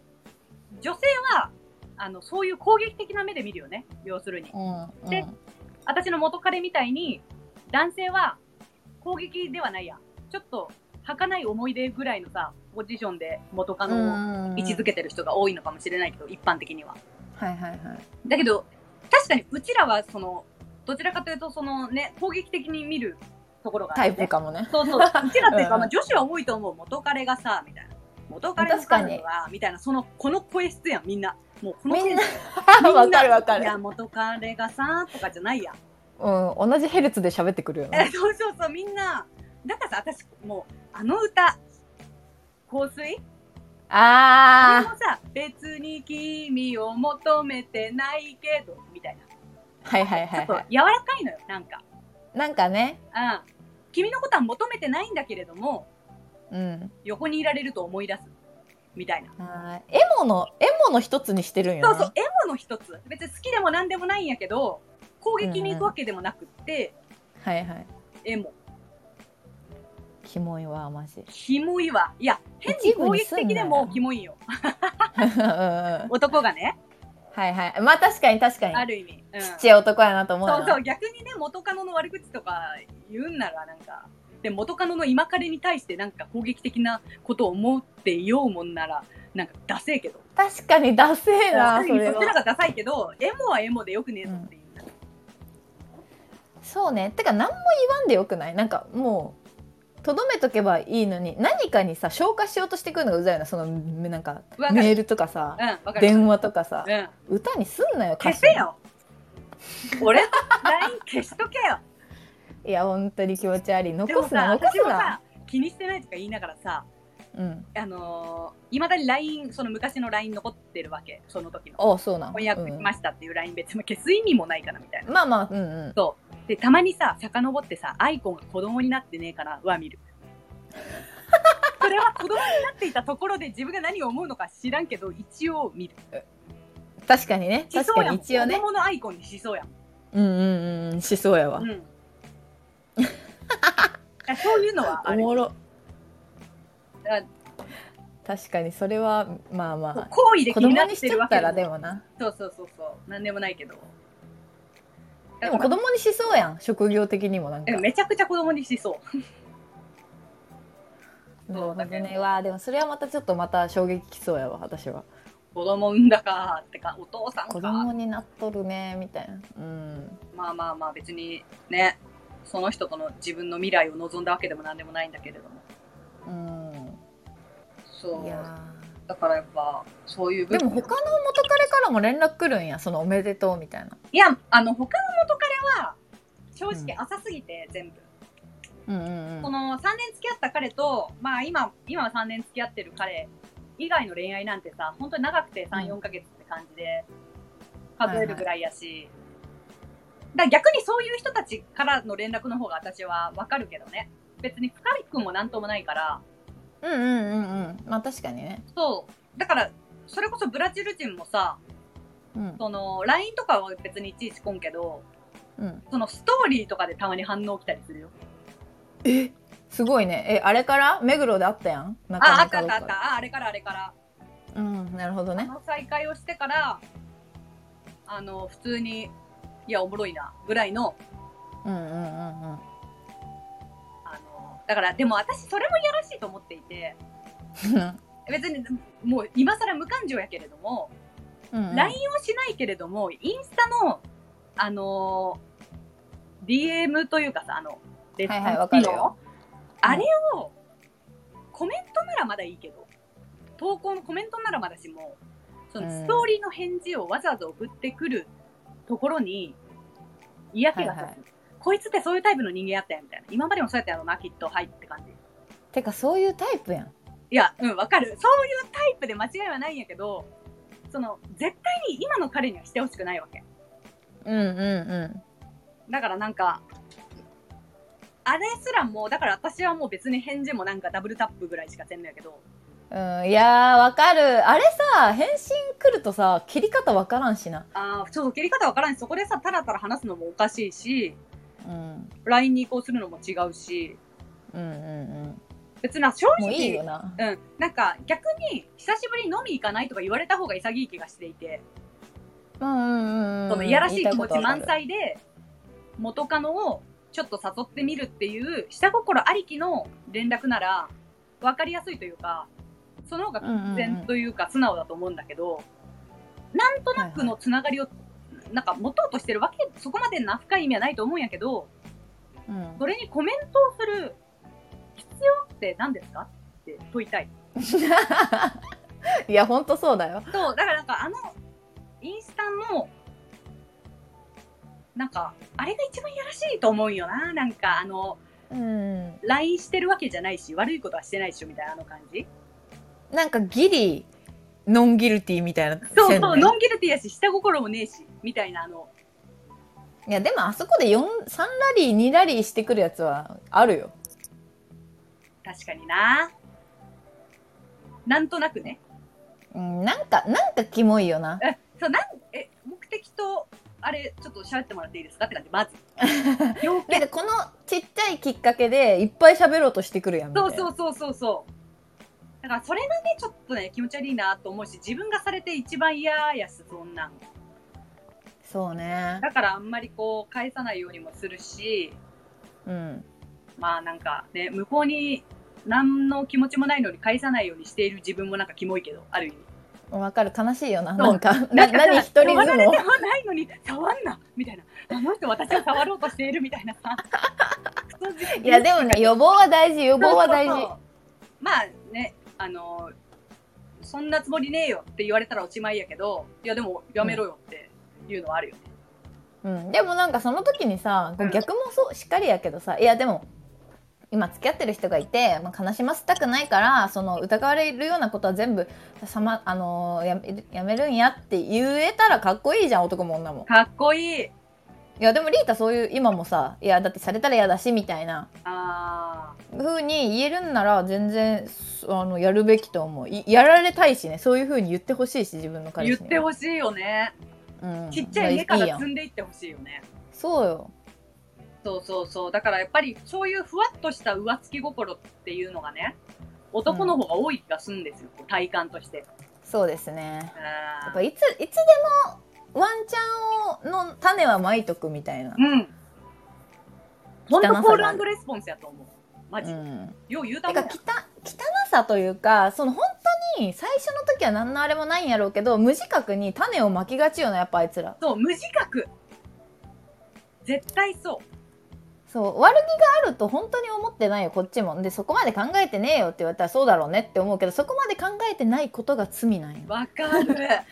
A: 女性はあのそういう攻撃的な目で見るよね要するに
B: う、うんう
A: で
B: ん、
A: 私の元彼みたいに男性は攻撃ではないやちょっと儚い思い出ぐらいのさポジションで元カノを
B: うん
A: 位置づけてる人が多いのかもしれないけど、一般的には。
B: はいはいはい
A: だけど、確かにうちらは、その、どちらかというと、そのね、攻撃的に見るところがあ
B: タイ
A: るね、
B: プか もね
A: そうそう。うちらというか、
B: うん
A: まあ女子は多いと思う。元彼がさ、みたいな。元彼の彼女は、みたいな、その、この声質やん、みんな。もう、この声質
B: みんなわかるわか
A: い
B: る
A: や、元彼がさ、とかじゃないやん。
B: うん同じヘルツで喋ってくるよ
A: え
B: ね
A: そうそうそう、みんな。だからさ、私、もう、あの歌、香水あれ
B: あ
A: もさ、別に君を求めてないけど、みたいな。
B: あはいはい
A: ち
B: は
A: ょっ
B: い
A: と
B: はい
A: 柔らかいのよ、なんか。
B: なんかね
A: う君のことは求めてないんだけれども、
B: うん、
A: 横にいられると思い出す。みたいな。
B: あーエモのエモの一つにしてるんよ
A: そ
B: な
A: うそう、エモの一つ。別に好きでも何でもないんやけど、攻撃に行くわけでもなくって、
B: はいはい
A: エモ。
B: キモいわマジ
A: キモいわ。いや、変に攻撃的でもキモいよ。
B: うんうんうん
A: 男がね、
B: はいはいまあ確かに確かに
A: ある意味。うん
B: ちっちゃい男やなと思うよ
A: そう
B: な
A: そう、逆にね、元カノの悪口とか言うんなら、なんか、で、元カノの今彼に対してなんか攻撃的なことを思っていようもんなら、なんかダセえけど。
B: 確かにダセえな
A: うん
B: それ
A: そっちら
B: は
A: がダサいけど、エモはエモでよくねえぞっていう。
B: そうねてか何も言わんでよくないなんかもうとどめとけばいいのに何かにさ消化しようとしてくるのがうざいなそのなんか
A: わかる
B: メールとかさ
A: うん、わかる。
B: 電話とかさ
A: うん。
B: 歌にすんなよ歌
A: 消
B: 詞
A: せよ俺の LINE 消しとけよ
B: いや本当に気持ち悪い
A: で
B: 残
A: も
B: すな
A: さ、
B: 残
A: 私
B: す
A: も
B: な
A: さ、気にしてないとか言いながらさ、
B: うん
A: あのいまだに LINE、その昔の LINE 残ってるわけ、その時の。
B: あそうなん
A: 翻訳
B: う
A: し
B: ん
A: ましたっていう LINE 別に消す意味もないからみたいな。
B: まあまあうんうん
A: で、たまにさ、遡ってさ、アイコンが子供になってねえからは 見る。それは子供になっていたところで自分が何を思うのか知らんけど、一応見る。
B: 確かにね
A: し
B: 確
A: そう
B: か
A: やも
B: に
A: ん。
B: 一応ね
A: 子供のアイコンにしそうやもん。
B: うんうんうんしそうやわ、
A: うん。 そういうのはあ
B: お
A: る。
B: もろ
A: あ
B: 確かにそれはまあまあ
A: 行為で
B: 子
A: 気に
B: 供
A: なっ
B: にしてち
A: る
B: ゃ
A: わ
B: っ
A: け
B: た
A: も
B: らでもな
A: そうそうそうそう。なんでもないけど。
B: でも子供にしそうやん職業的にもなんか
A: えめちゃくちゃ子供にしそう。
B: なるほど
A: そうだね
B: ねわあでもそれはまたちょっとまた衝撃きそうやわ私は
A: 子供産んだかってか、お父さん
B: 子
A: か。
B: 供になっとるねみたいなうん
A: まあまあまあ、別にね、その人との自分の未来を望んだわけでもなんでもないんだけれども。
B: うん
A: そう
B: い。や
A: だからやっぱ、そういう
B: ー
A: 部
B: でも
A: 分。
B: 他の元彼からも連絡来るんやそのおめでとうみたいない
A: や、あの、他の元彼は、正直
B: う
A: 浅すぎて、全部。
B: うんうん
A: こ
B: うん
A: の3年付き合った彼と、まあ今、今3年付き合ってる彼以外の恋愛なんてさ、本当に長くて3、4ヶ月って感じで、数えるぐらいやし、だから逆にそういう人たちからの連絡の方が私はわかるけどね。別に深見くんもなんともないから、
B: うんうんうんうんまあ確かにね
A: そう。だから、それこそブラジル人もさ、
B: うん
A: その、LINE とかは別にいちいち来んけど、
B: うん
A: そのストーリーとかでたまに反応来たりするよ。
B: すごいねえあれから目黒であったやん
A: あ、あ
B: 中
A: ったあったあっ
B: 野かどっか
A: た。あ、あれからあれから。
B: でうんなるほど
A: あ
B: ね
A: の再会をしてから、あの、普通に、いや、おもろいな、ぐらいの、
B: うんうんうんうん
A: あの、だから、でも私、それもいやらしいと思っていて、別に、もう、今更無感情やけれども、
B: うんうん
A: LINE をしないけれども、インスタの、あの、DM というかさ、あの、レ
B: はいはいわかるよ
A: あれを、コメントならまだいいけど、投稿のコメントならまだしも、その
B: うん
A: ストーリーの返事をわざわざ送ってくるところに、嫌気がさす、
B: はいはい
A: こいつってそういうタイプの人間やったやんみたいな。今までもそうやったやろな、きっと。はいって感じ。
B: てかそういうタイプやん
A: いや、うん、わかる。そういうタイプで間違いはないんやけど、その、絶対に今の彼にはしてほしくないわけ。
B: うんうんう
A: だからなんか、あれすらもう、だから私はもう別に返事もなんかダブルタップぐらいしかせんのやけど、
B: んうんいやーわかるあれさ返信来るとさ切り方わからんしな
A: ああ、ちょっと切り方わからんし、そこでさ、たらたら話すのもおかしいし、
B: うん、
A: LINE に移行するのも違うし、
B: うんうん
A: 別にな正
B: うんも
A: 直
B: ういいよな
A: うん、なんか逆に久しぶりに飲み行かないとか言われた方が潔い気がしていて、
B: うんうんうん
A: そのいやらしい気持ち満
B: 言いた
A: 載
B: い
A: で、元カノをちょっと誘ってみるっていう、下心ありきの連絡なら、わかりやすいというか、その方が
B: ことわかる
A: 自然というか素直だと思うんだけど、なんとなくのつながりを、なんか持とうとしてるわけ、そこまでな深い意味はないと思うんやけど、
B: うんうん
A: それにコメントをする必要って何ですかって問いたい。
B: うんいやほんとそうだよ
A: そう、だからなんかあの、インスタの、なんか、あれが一番いやらしいと思うんよな。なんかあの、
B: うん、
A: LINE してるわけじゃないし、悪いことはしてないっしょみたいなあの感じ。
B: なんかギリノンギルティみたいな
A: そう
B: 線
A: そう、
B: ね
A: ノンギルティやし、下心もねえし、みたいなあの、
B: いやでもあそこで4 3ラリー2ラリーしてくるやつはあるよ
A: 確かにな。なんとなくね。
B: うんなんかなんかキモいよな
A: え、そう、なん、え、目的と、あれ、ちょっと喋ってもらっていいですかって感じ、 まず。要件
B: ででこのちっちゃいきっかけでいっぱい喋ろうとしてくるやんみたい
A: そ
B: な
A: うそうそうそうそう。だからそれがね、ちょっとね、気持ち悪いなと思うし、自分がされて一番嫌やす、そんなん。
B: そうね
A: だからあんまりこう、返さないようにもするし、
B: うん
A: まあなんかね、向こうに何の気持ちもないのに返さないようにしている自分もなんかキモいけど、ある意味。
B: わかる悲しいよな
A: そう
B: なんかな何一人
A: 触ら
B: 相
A: れて
B: 撲
A: もないのに、触んなみたいな。あの人私を触ろうとしているみたいなさ。
B: いやで もね予防は大事予防は大
A: そうそう
B: 事
A: そうまあねあのそんなつもりねえよって言われたらおしまいやけどいやでもやめろよっていうのはあるよね、
B: うん、でもなんかその時にさこ
A: う
B: うん逆もそうしっかりやけどさいやでも今付き合ってる人がいて、まあ、悲しませたくないからその疑われるようなことは全部さま、あのーやめやめるんやって言えたらかっこいいじゃん男も女も。
A: かっこいい
B: いやでもリータそういう今もさいやだってされたら嫌だしみたいな
A: あ
B: 風に言えるんなら全然そあのやるべきと思ういやられたいしねそういう風に言ってほしいし自分の
A: ー
B: 彼
A: 言っ
B: 氏に
A: てほしいよね、
B: うん
A: ちっちゃい目か
B: いや
A: ら
B: ん
A: 積んでいってほしいよね
B: そうよ
A: そうそうそうだからやっぱりそういうふわっとした浮つき心っていうのがね男の方が多い気がするんですよ、こう体感として
B: そうですねやっ
A: あ
B: ぱ
A: ー
B: いついつでもワンチャンをの種はまいとくみたいな、
A: うん本
B: がある
A: 当コールアンドレスポンスやと思うマ
B: う
A: ジ、
B: ん、
A: よう言うた
B: て
A: もんや
B: かきた汚さというかその本当に最初の時は何のあれもないんやろうけど無自覚に種をまきがちよなやっぱあいつら
A: そう、無自覚。絶対そ
B: そう悪気があると本当に思ってないよこっちもでそこまで考えてねえよって言われたらそうだろうねって思うけどそこまで考えてないことが罪なんよ
A: う。わかる。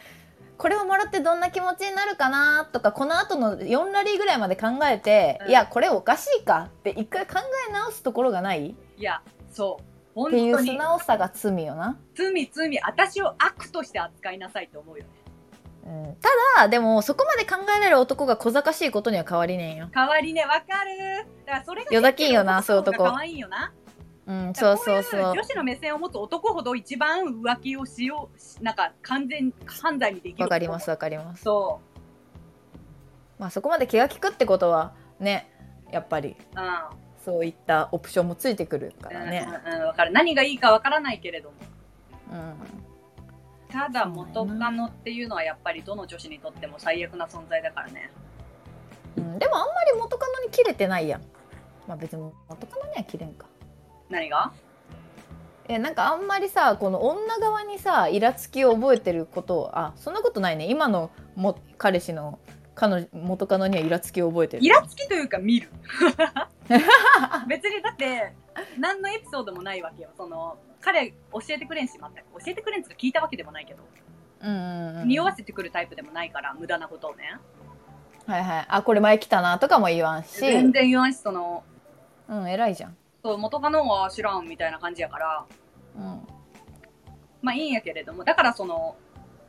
B: これをもらってどんな気持ちになるかなとかこの後の4ラリーぐらいまで考えて、
A: うん
B: いやこれおかしいかって一回考え直すところがない
A: いや、そう。
B: っ
A: 本
B: てい
A: 当
B: う素
A: に、
B: 直さが罪よな、
A: 罪罪、私を悪として扱いなさいと思うよね。
B: うん、ただでもそこまで考えれる男が小賢しいことには変わりねえよ
A: 代わりね、わかる。だからそれが、
B: よだきんよなそういうとこ
A: 可愛いよな。
B: うんそうそ
A: だ
B: う
A: から
B: そ
A: こいう女子の目線を持つ男ほど一番浮気をしようし、なんか完全犯罪にできる。
B: わかります。わかります
A: そう。
B: まあそこまで気が利くってことはねやっぱり
A: うん。
B: そういったオプションもついてくるからね
A: うんうんうん、わかる。何がいいかわからないけれども。
B: うん
A: ただ元カノっていうのはやっぱりどの女子にとっても最悪な存在だからね。
B: うんでもあんまり元カノに切れてないやんまあ別に元カノには切れんか
A: 何が
B: えなんかあんまりさこの女側にさイラつきを覚えてることをあそんなことないね今のも彼氏の彼女元カノにはイラつきを覚えてる
A: イラつきというか 見る別にだって何のエピソードもないわけよその彼教えてくれんし全く教えてくれんつか聞いたわけでもないけど、
B: うんうんうん
A: 匂わせてくるタイプでもないから無駄なことをね
B: はいはいあこれ前来たなとかも言わんし
A: 全然言わんしその
B: うん偉いじゃん
A: そう元カノは知らんみたいな感じやから
B: うん
A: まあいいんやけれどもだからその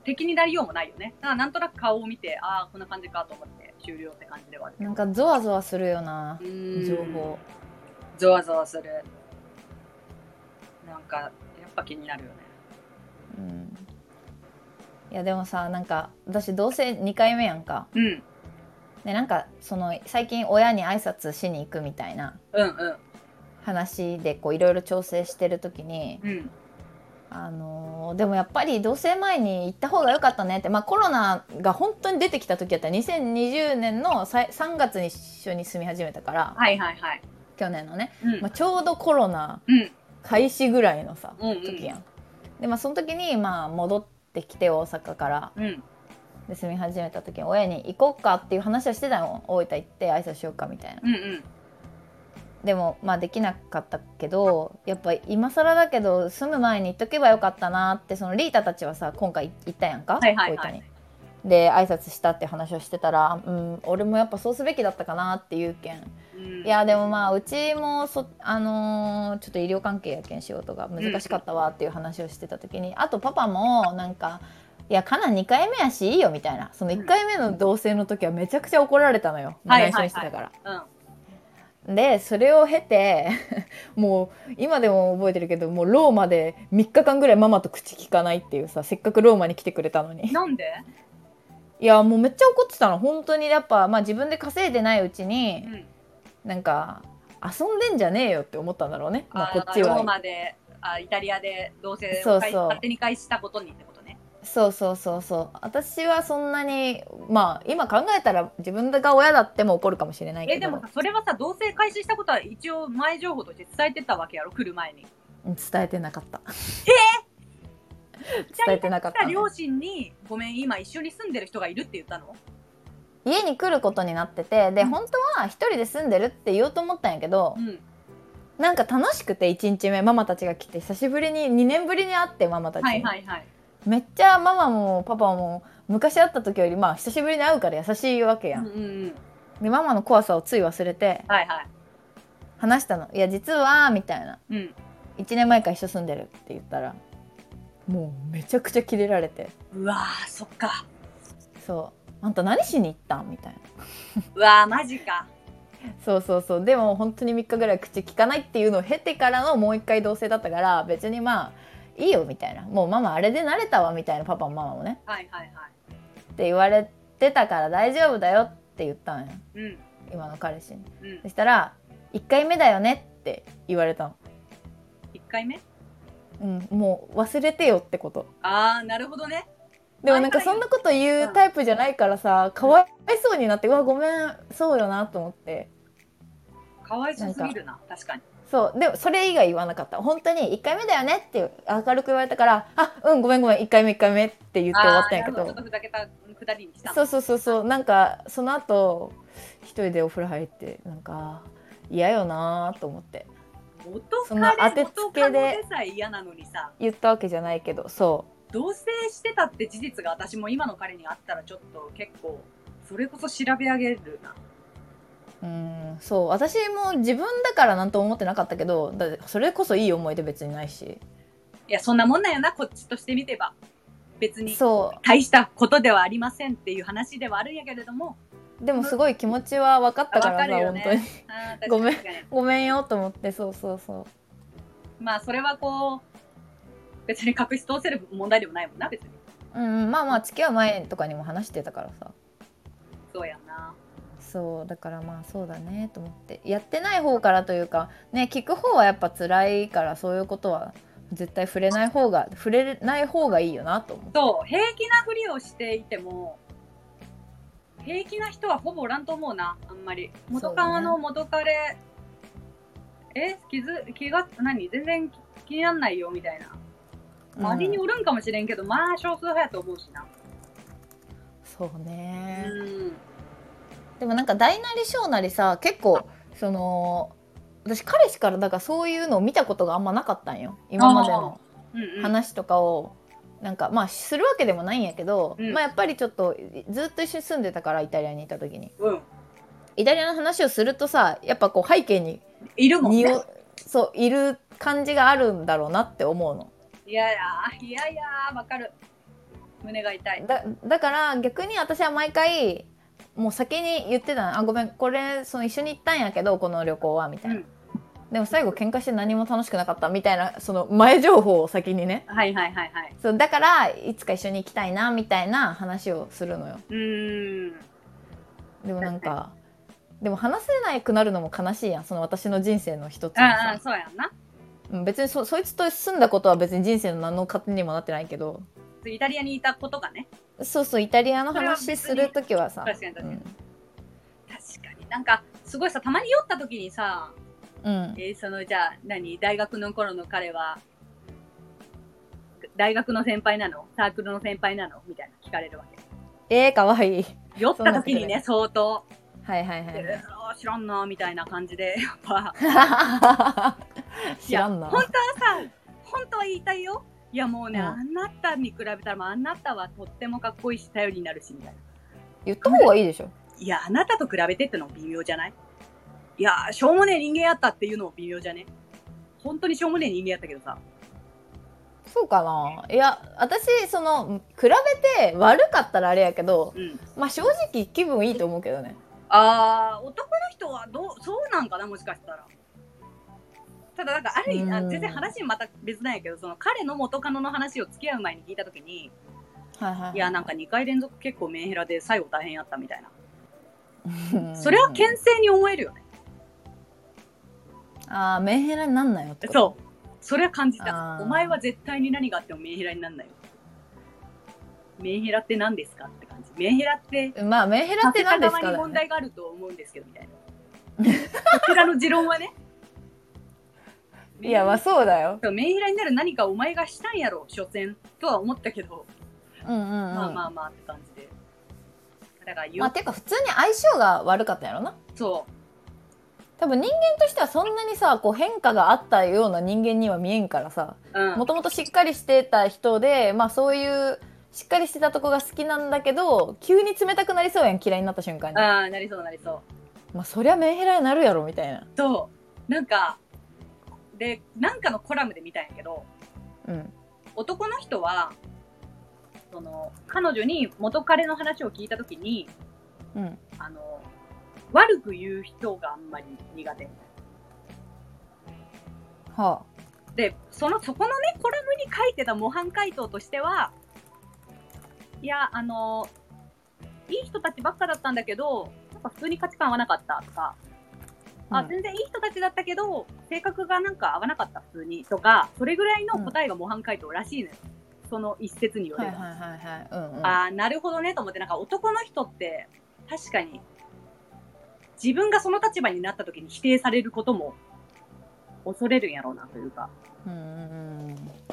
A: 敵になりようもないよねだからなんとなく顔を見てああこんな感じかと思って終了って感じではある
B: なんかゾワゾワするよな
A: うーん
B: 情報
A: ゾワゾワするなんかやっぱ気になるよね
B: うんいやでもさなんか私同棲2回目やんか
A: うん
B: でなんかその最近親に挨拶しに行くみたいな
A: うんうん
B: 話でこういろいろ調整してる時に
A: うん
B: あのーでもやっぱり同棲前に行った方が良かったねって、まあ、コロナが本当に出てきた時やったら2020年のさい3月に一緒に住み始めたから
A: はいはいはい。
B: 去年のね、
A: うん
B: まあ、ちょうどコロナ
A: うん。
B: 開始ぐらいのさ
A: うんうん
B: 時やん。でまあその時にまあ戻ってきて大阪から
A: うん。
B: で住み始めた時に親に行こうかっていう話はしてたの大分行って挨拶しようかみたいな。
A: うんうん。
B: でもまあできなかったけどやっぱ今更だけど住む前に言っとけばよかったなってそのリータたちはさ今回行ったやんか、
A: はいはいはい
B: 大分に。で挨拶したって話をしてたら、うん、俺もやっぱそうすべきだったかなっていうけん
A: うん、
B: いやでもまあうちもそ、あのーちょっと医療関係やけん仕事が難しかったわっていう話をしてた時に、あとパパもなんかいやカナ2回目やしいいよみたいなその1回目の同棲の時はめちゃくちゃ怒られたのよ、
A: うんはい
B: 内緒にしてたから、
A: うん。
B: でそれを経て もう今でも覚えてるけどもうローマで3日間ぐらいママと口聞かないっていうさせっかくローマに来てくれたのに
A: なんで
B: いやもうめっちゃ怒ってたの本当にやっぱ、まあ、自分で稼いでないうち
A: う
B: に、
A: ん。
B: なんか遊んでんじゃねえよって思ったんだろうねまあ、こっち
A: ロー
B: は
A: マで、あイタリアで同棲
B: そ
A: を
B: う
A: かい
B: そう
A: 勝手に返したことにってことね。
B: そうそうそうそう私はそんなにまあ今考えたら自分が親だっても怒るかもしれないけど
A: え、でもさ、それはさ、同棲開始したことは一応前情報として伝えてたわけやろ、来る前に。
B: うん伝えてなかった伝えてなかった
A: 来両親に、ごめん、今一緒に住んでる人がいるって言ったの
B: 家に来ることになっててで
A: うん
B: 本当は一人で住んでるって言おうと思ったんやけど
A: う、ん。
B: なんか楽しくて1日目ママたちが来て久しぶりに2年ぶりに会ってママたちに、
A: はいはいはい。
B: めっちゃママもパパも昔会った時よりまあ久しぶりに会うから優しいわけや
A: うん
B: ん、
A: うんうん。
B: でママの怖さをつい忘れて
A: はいはい。
B: 話したの「いや実は」みたいな
A: うん。
B: 「1年前から一緒住んでる」って言ったらもうめちゃくちゃキレられて
A: うわー、そっか。
B: そう「あんた何しに行ったん?」みたいな
A: うわー、マジか。
B: そうそうそうでも本当に3日ぐらい口聞かないっていうのを経てからのもう一回同棲だったから別にまあいいよみたいなもうママあれで慣れたわみたいなパパもママもね
A: はいはいは
B: って言われてたから大丈夫だよって言ったんよ
A: い。うん。
B: 今の彼氏に
A: うん
B: そ。したら「1回目だよね」って言われたの、
A: 1回目
B: うん、もう忘れてよってこと
A: あー、なるほどね。
B: でもなんか
A: はいは
B: そ
A: い
B: んなこと言うタイプじゃないからさかわいそうになってうわごめんそうよなと思って
A: かわいそうすぎるな、確かに。
B: そうでもそれ以外言わなかった本当に1回目だよねって明るく言われたから「あうんごめんごめん1回目1回目」って言って終わったんやけ
A: あーなるほちょっ
B: ど
A: とふざけたくだりにしたの
B: そうそうそうそうなんかその後一人でお風呂入ってなんか嫌よなと思って
A: 元
B: そんな
A: カ
B: 当て
A: レ
B: つ
A: 元
B: けで
A: カノでさえ嫌なのにさ
B: 言ったわけじゃないけどそ
A: 同棲してたって事実が私も今の彼にあったらちょっと結構それこそ調べ上げるな
B: ううんそう私も自分だからなんとも思ってなかったけどだってそれこそいい思い出別にないし
A: いやそんなもんなんやなこっちとしてみてば別に
B: そう
A: 大したことではありませんっていう話ではあるんやけれども
B: でもすごい気持ちは分かったから
A: わか
B: さ、
A: るよ
B: 本
A: ね
B: 当に
A: あー
B: ごめん
A: 確かに
B: ごめんよと思ってそうそうそう
A: まあそれはこう別に隠し通せる問題でもないもんな別に
B: うんうんまあまあ付き合う前とかにも話してたからさ
A: そうやんな
B: そうだからまあそうだねと思ってやってない方からというかね聞く方はやっぱ辛いからそういうことは絶対触れない方が触れない方がいいよなと思う
A: そう平気なふりをしていても平気な人はほぼおらんと思うなあんまり元カノ、元カレえ気づ気が何全然気気にならないよみたいな周りに
B: うん
A: おるんかもしれんけど、まあ少数派やと思うしな
B: そう
A: う
B: ね
A: ん
B: でもなんか大なり小なりさ結構その私彼氏からだからそういうのを見たことがあんまなかったんよ今までの
A: うんうん
B: 話とかをなんかまあするわけでもないんやけど、
A: うん
B: まあやっぱりちょっとずっと一緒に住んでたからイタリアにいた時に
A: うん
B: イタリアの話をするとさやっぱこう背景に
A: いるもん
B: に
A: ね
B: おそういる感じがあるんだろうなって思うの
A: いやいやいやいやわかる胸が痛い
B: だだから逆に私は毎回もう先に言ってたのあごめんこれその一緒に行ったんやけどこの旅行はみた
A: う
B: いな、
A: ん
B: でも最後喧嘩して何も楽しくなかったみたいなその前情報を先にね
A: はいはいはいはい
B: そうだからいつか一緒に行きたいなみたいな話をするのよ
A: うーん
B: でもなんか、でも話せなくなるのも悲しいやん、その私の人生の一つの
A: ああ
B: さ。
A: そうやんな
B: うん別にそそいつと住んだことは別に人生の何の糧にもなってないけど、
A: イタリアにいたことがね
B: そうそう、イタリアの話
A: そ
B: す
A: れは別
B: る
A: に
B: ときはさ、
A: 確かに確か
B: う
A: に
B: ん、
A: 確かになんかすごいさたまに酔った時にさ、
B: うん、
A: えーそのじゃあ何大学の頃の彼は大学の先輩なのサークルの先輩なのみたいな聞かれるわけ
B: えー、かわいい。
A: 酔った時にね相当、
B: はいはいは
A: え
B: い
A: ーあー知らんなみたいな感じでやっぱ
B: はい。 知らん
A: い
B: な
A: や。本当はさ本当は言いたいよいやもうね、
B: うん
A: あなたに比べたらもうあなたはとってもかっこいいし頼りになるしみたいな
B: 言った方がいいでしょ。
A: いやあなたと比べてってのも微妙じゃないいやしょうもねえ人間やったっていうのも微妙じゃね本当にしょうもねえ人間やったけどさ
B: そうかないや私その比べて悪かったらあれやけど
A: うん。
B: まあ正直気分いいと思うけどね
A: ああ、男の人はどう、そうなんかな、もしかしたら。ただ、なんか、ある意味、あ
B: うん
A: 全然話また別なんやけど、その彼の元カノの話を付き合う前に聞いたときに、
B: はいはいはい
A: いや、なんか2回連続結構メンヘラで最後大変やったみたいな。
B: うん
A: それは牽制に思えるよね。
B: ああメンヘラになんなよってこと
A: そう。それは感じた
B: あ。ー
A: お前は絶対に何があってもメンヘラになんないよ。メンヘラって何ですかって感じ。メンヘラって、
B: まあメンヘラ
A: さ
B: って
A: せ
B: 何
A: た
B: です
A: 側に
B: かだよ
A: 問
B: ね
A: 題があると思うんですけど、みたいな。こちらの持論はね。
B: いやまあそうだよ
A: メンヘラになる何かお前がしたんやろ、所詮とは思ったけど、
B: うんうんうん
A: まあま
B: まあ
A: あまあって感じで。だからよ、
B: てか普通に相性が悪かったんやろな
A: そう、
B: 多分人間としてはそんなにさこう変化があったような人間には見えんからさ
A: うん、
B: もともとしっかりしてた人でまあそういうしっかりしてたとこが好きなんだけど急に冷たくなりそうやん嫌いになった瞬間に
A: ああ、なりそうなりそう。
B: まあそりゃメンヘラになるやろみたいな
A: そう、なんか、で、なんかのコラムで見たんやけど、
B: うん
A: 男の人は、その、彼女に元彼の話を聞いたときに、
B: うん
A: あの、悪く言う人があんまり苦手みたいな。
B: は
A: で、その、そこのね、コラムに書いてた模範回答としては、いや、あの、いい人たちばっかだったんだけど、なんか普通に価値観合わなかったとか、
B: あ、
A: あ、全然いい人たちだったけど、性格がなんか合わなかった普通にとか、それぐらいの答えが模範回答らしいのよ。その一説によ
B: は
A: れ
B: い
A: ば。
B: はいはいはいうんうん
A: ああ、なるほどねと思って、なんか男の人って、確かに、自分がその立場になった時に否定されることも、恐れるんやろうなというか。
B: うんうん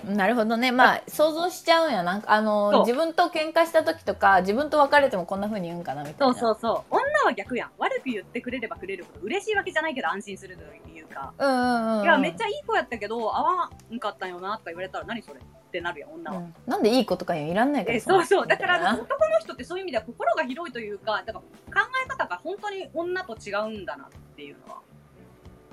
B: うんなるほどねまあ想像しちゃうんやなんかあ
A: そう
B: の自分と喧嘩した時とか自分と別れてもこんな風に言うんかなみたい
A: そう
B: な
A: そううそう。女は逆やん。悪く言ってくれればくれるほど、嬉しいわけじゃないけど安心するというか。
B: うんうんうんうん
A: いや、めっちゃいい子やったけど、合わんかったんよなとか言われたら、何それってなるやん、女は。
B: うんなんでいいことかいらんないから
A: え
B: さ
A: そうそうだから
B: みた
A: な
B: い
A: ん
B: な
A: か男の人ってそういう意味では心が広いというかだから考え方が本当に女と違うんだなっていうのは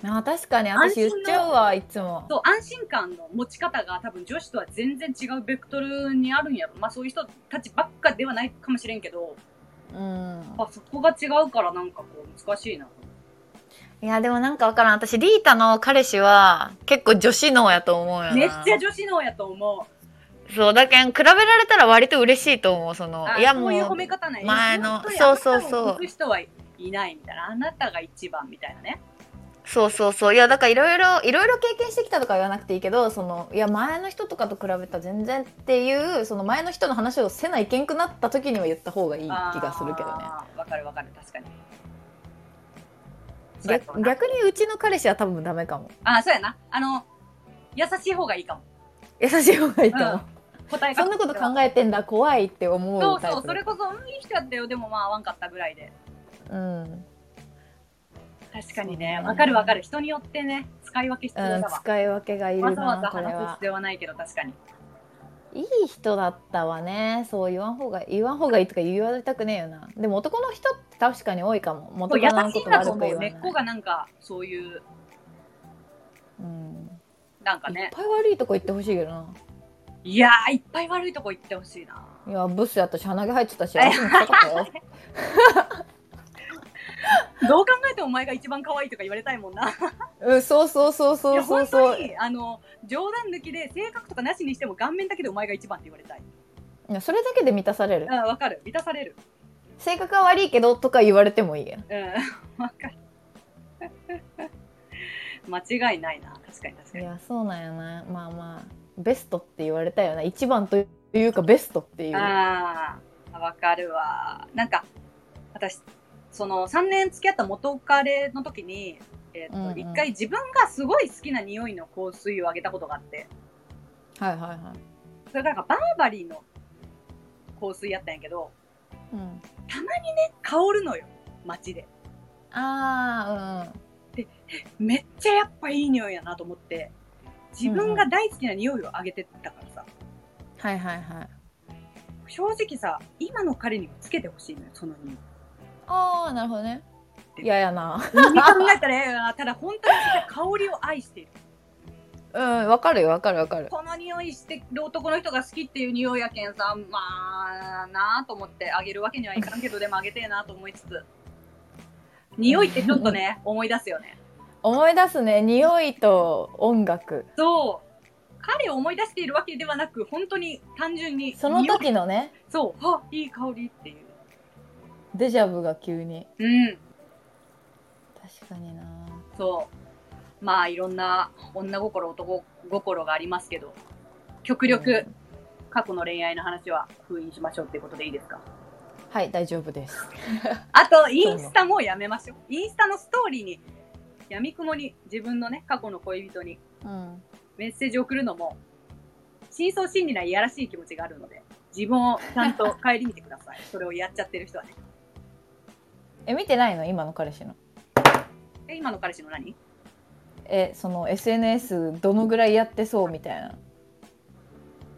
B: あ確かに私言っちゃうわいつも
A: そう安心感の持ち方が多分女子とは全然違うベクトルにあるんやろまあそういう人たちばっかではないかもしれんけど
B: うん
A: やっぱそこが違うからなんかこう難しいない
B: やでもなんかわからん私リータの彼氏は結構女子脳やと思うよな
A: めっちゃ女子脳やと思う
B: そうだけん比べられたら割と嬉しいと思うその
A: あ
B: いや
A: そ
B: も
A: う
B: う
A: いう褒め方ない
B: 前の
A: 本当に
B: そうそ
A: あ
B: うそう
A: なたを抜く人はいないみたいなあなたが一番みたいなね
B: そうそうそういやだからいろいろいろいろ経験してきたとかは言わなくていいけどそのいや前の人とかと比べたら全然っていうその前の人の話をせないけんくなった時には言った方がいい気
A: あー
B: がするけどね
A: わかるわかる確かにそうやったわな
B: 逆逆にうちの彼氏は多分ダメかも
A: あ、そうやな。あの、優しい方がいいかも。
B: 優しい方がいいと思う、
A: うん答えが。
B: そんなこと考えてんだ怖いって思
A: そうう
B: タイプ
A: そう、それこそ、うん、いい人やったよ。でもまあ、合わんかったぐらいで。
B: うん、
A: 確かにね
B: そ、うね
A: わかるわかる。人によってね、使い分け必
B: う
A: 要
B: ん
A: だわ。
B: 使い分けがいるな
A: わざわざ
B: これ
A: 話す
B: は
A: 必要はないけど、確かに。
B: いい人だったわねそう言わん方が言わん方がいいとか言われたくねえよなでも男の人って確かに多いかも
A: そう
B: 元
A: 優
B: カノの
A: し
B: こ
A: い
B: と
A: なと
B: 悪く
A: 思
B: 言
A: う。
B: わな
A: 根
B: い
A: っこがなんか、そういう、
B: うん
A: なんか
B: いっ
A: ね。
B: ぱい悪いとこ行ってほしいけどない
A: やー、いっぱい悪いとこ行ってほしいな。
B: いやブスやったし鼻毛入っ てたし足も臭かったよ
A: どう考えてもお前が一番可愛いとか言われたいもんな。
B: うんそうそうそう
A: い
B: そう
A: や、
B: そう
A: 本
B: そ
A: 当
B: う
A: に、あの、冗談抜きで、性格とかなしにしても、顔面だけでお前が一番って言われたい。
B: いやそれだけで満たされる
A: うん、わかる。満たされる。
B: 性格が悪いけどとか言われてもいいや
A: うん、 わかる。間違いないな、確かに確か
B: い
A: に。
B: やそうなんやなまあまあベストって言われたよな一番というかベストっていう
A: ああ、わかるわ。なんか、私、その3年付き合った元彼の時に、えっと
B: うんうん
A: 一回自分がすごい好きな匂いの香水をあげたことがあって、
B: はいはいは
A: それがなんかバーバリーの香水やったんやけど、
B: い、うん、
A: 香るのよ、街で。
B: ああ
A: めっちゃやっぱいい匂いやなと思って、自分が大好きな匂いをあげてったからさ、
B: うんはいはいはい
A: 正直さ、今の彼にもつけてほしいのよ、その 匂い。
B: ああなるほどね嫌ややな
A: 何考えたらええよなただ本当に私は香りを愛している
B: うんわかるよわかるわかる
A: この匂いしてる男の人が好きっていう匂いやけんさまあなあと思ってあげるわけにはいかんけどでもあげてえなと思いつつ匂いってちょっとね思い出すよね
B: 思い出すね匂いと音楽
A: そう彼を思い出しているわけではなく本当に単純に
B: その
A: 匂い
B: 時のね
A: そうあいい香りっていう
B: デジャブが急に
A: うん
B: 確かにな
A: そうまあいろんな女心男心がありますけど極力、
B: うん
A: 過去の恋愛の話は封印しましょうっていうことでいいですか
B: はい大丈夫です
A: あとインスタもやめましょうインスタのストーリーにやみくもに自分のね過去の恋人に
B: うん
A: メッセージを送るのも真相心理ないやらしい気持ちがあるので自分をちゃんと顧みてくださいそれをやっちゃってる人はね
B: え見てないの今の彼氏の
A: え今の彼氏の何
B: えその SNS どのぐらいやってそうみたいな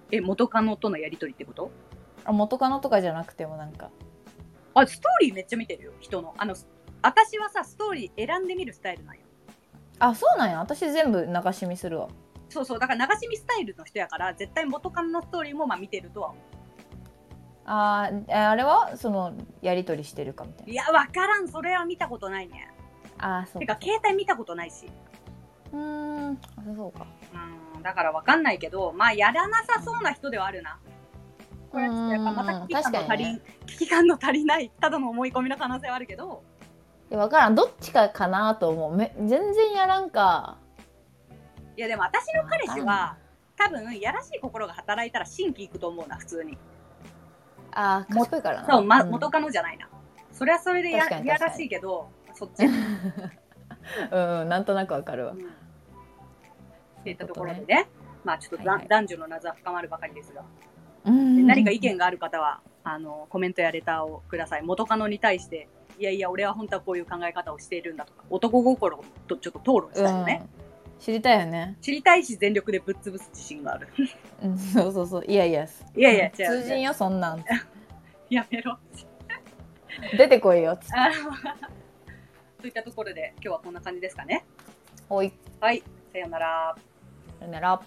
A: え元カノとのやりとりってこと
B: あ元カノとかじゃなくてもなんか
A: あストーリーめっちゃ見てるよ人のあの私はさストーリー選んでみるスタイルなんよ
B: あそうなんや私全部流し見するわ
A: そうそうだから流し見スタイルの人やから絶対元カノのストーリーもまあ見てるとは思
B: あーえあれはそのやり取りしてるかみたいう
A: い
B: な
A: やわからんそれは見たことないね
B: あーそう
A: て
B: か
A: か携帯見たことないし
B: うーんあそうか
A: うんだからわかんないけどまあやらなさそうな人ではあるなこれはちょっとやっぱまた危機感の
B: うん確か
A: 足
B: に
A: り、
B: ね
A: 危機感の足りないただの思い込みの可能性はあるけど
B: いや分からんどっちかかなと思うめ全然やらんか
A: いやでも私の彼氏は多分やらしい心が働いたら新規行くと思うな普通に
B: あー賢いからな
A: そう、ま、
B: ん
A: 元カノじゃないなそれはそれでや
B: 確かに
A: や
B: 確かに
A: らしいけどそっちやな、
B: うんうんなんとなくわかるわ
A: うん、っていったところでね
B: そういう
A: まあちょっと、
B: はいはい
A: 男女の謎は深まるばかりですが
B: とね
A: 何か意見がある方はあのコメントやレターをください元カノに対していやいや俺は本当はこういう考え方をしているんだとか男心とちょっと討論し
B: う
A: たいよ
B: ん
A: ね、
B: 知りたいよね
A: 知りたいし全力でぶっ潰す自信がある
B: うんそうそうそういやいや
A: いやいや違う違う
B: 通じんよそんなん
A: やめろ
B: 出てこいよつって
A: あといったところで今日はこんな感じですかね
B: おい
A: はいさようなら
B: さよなら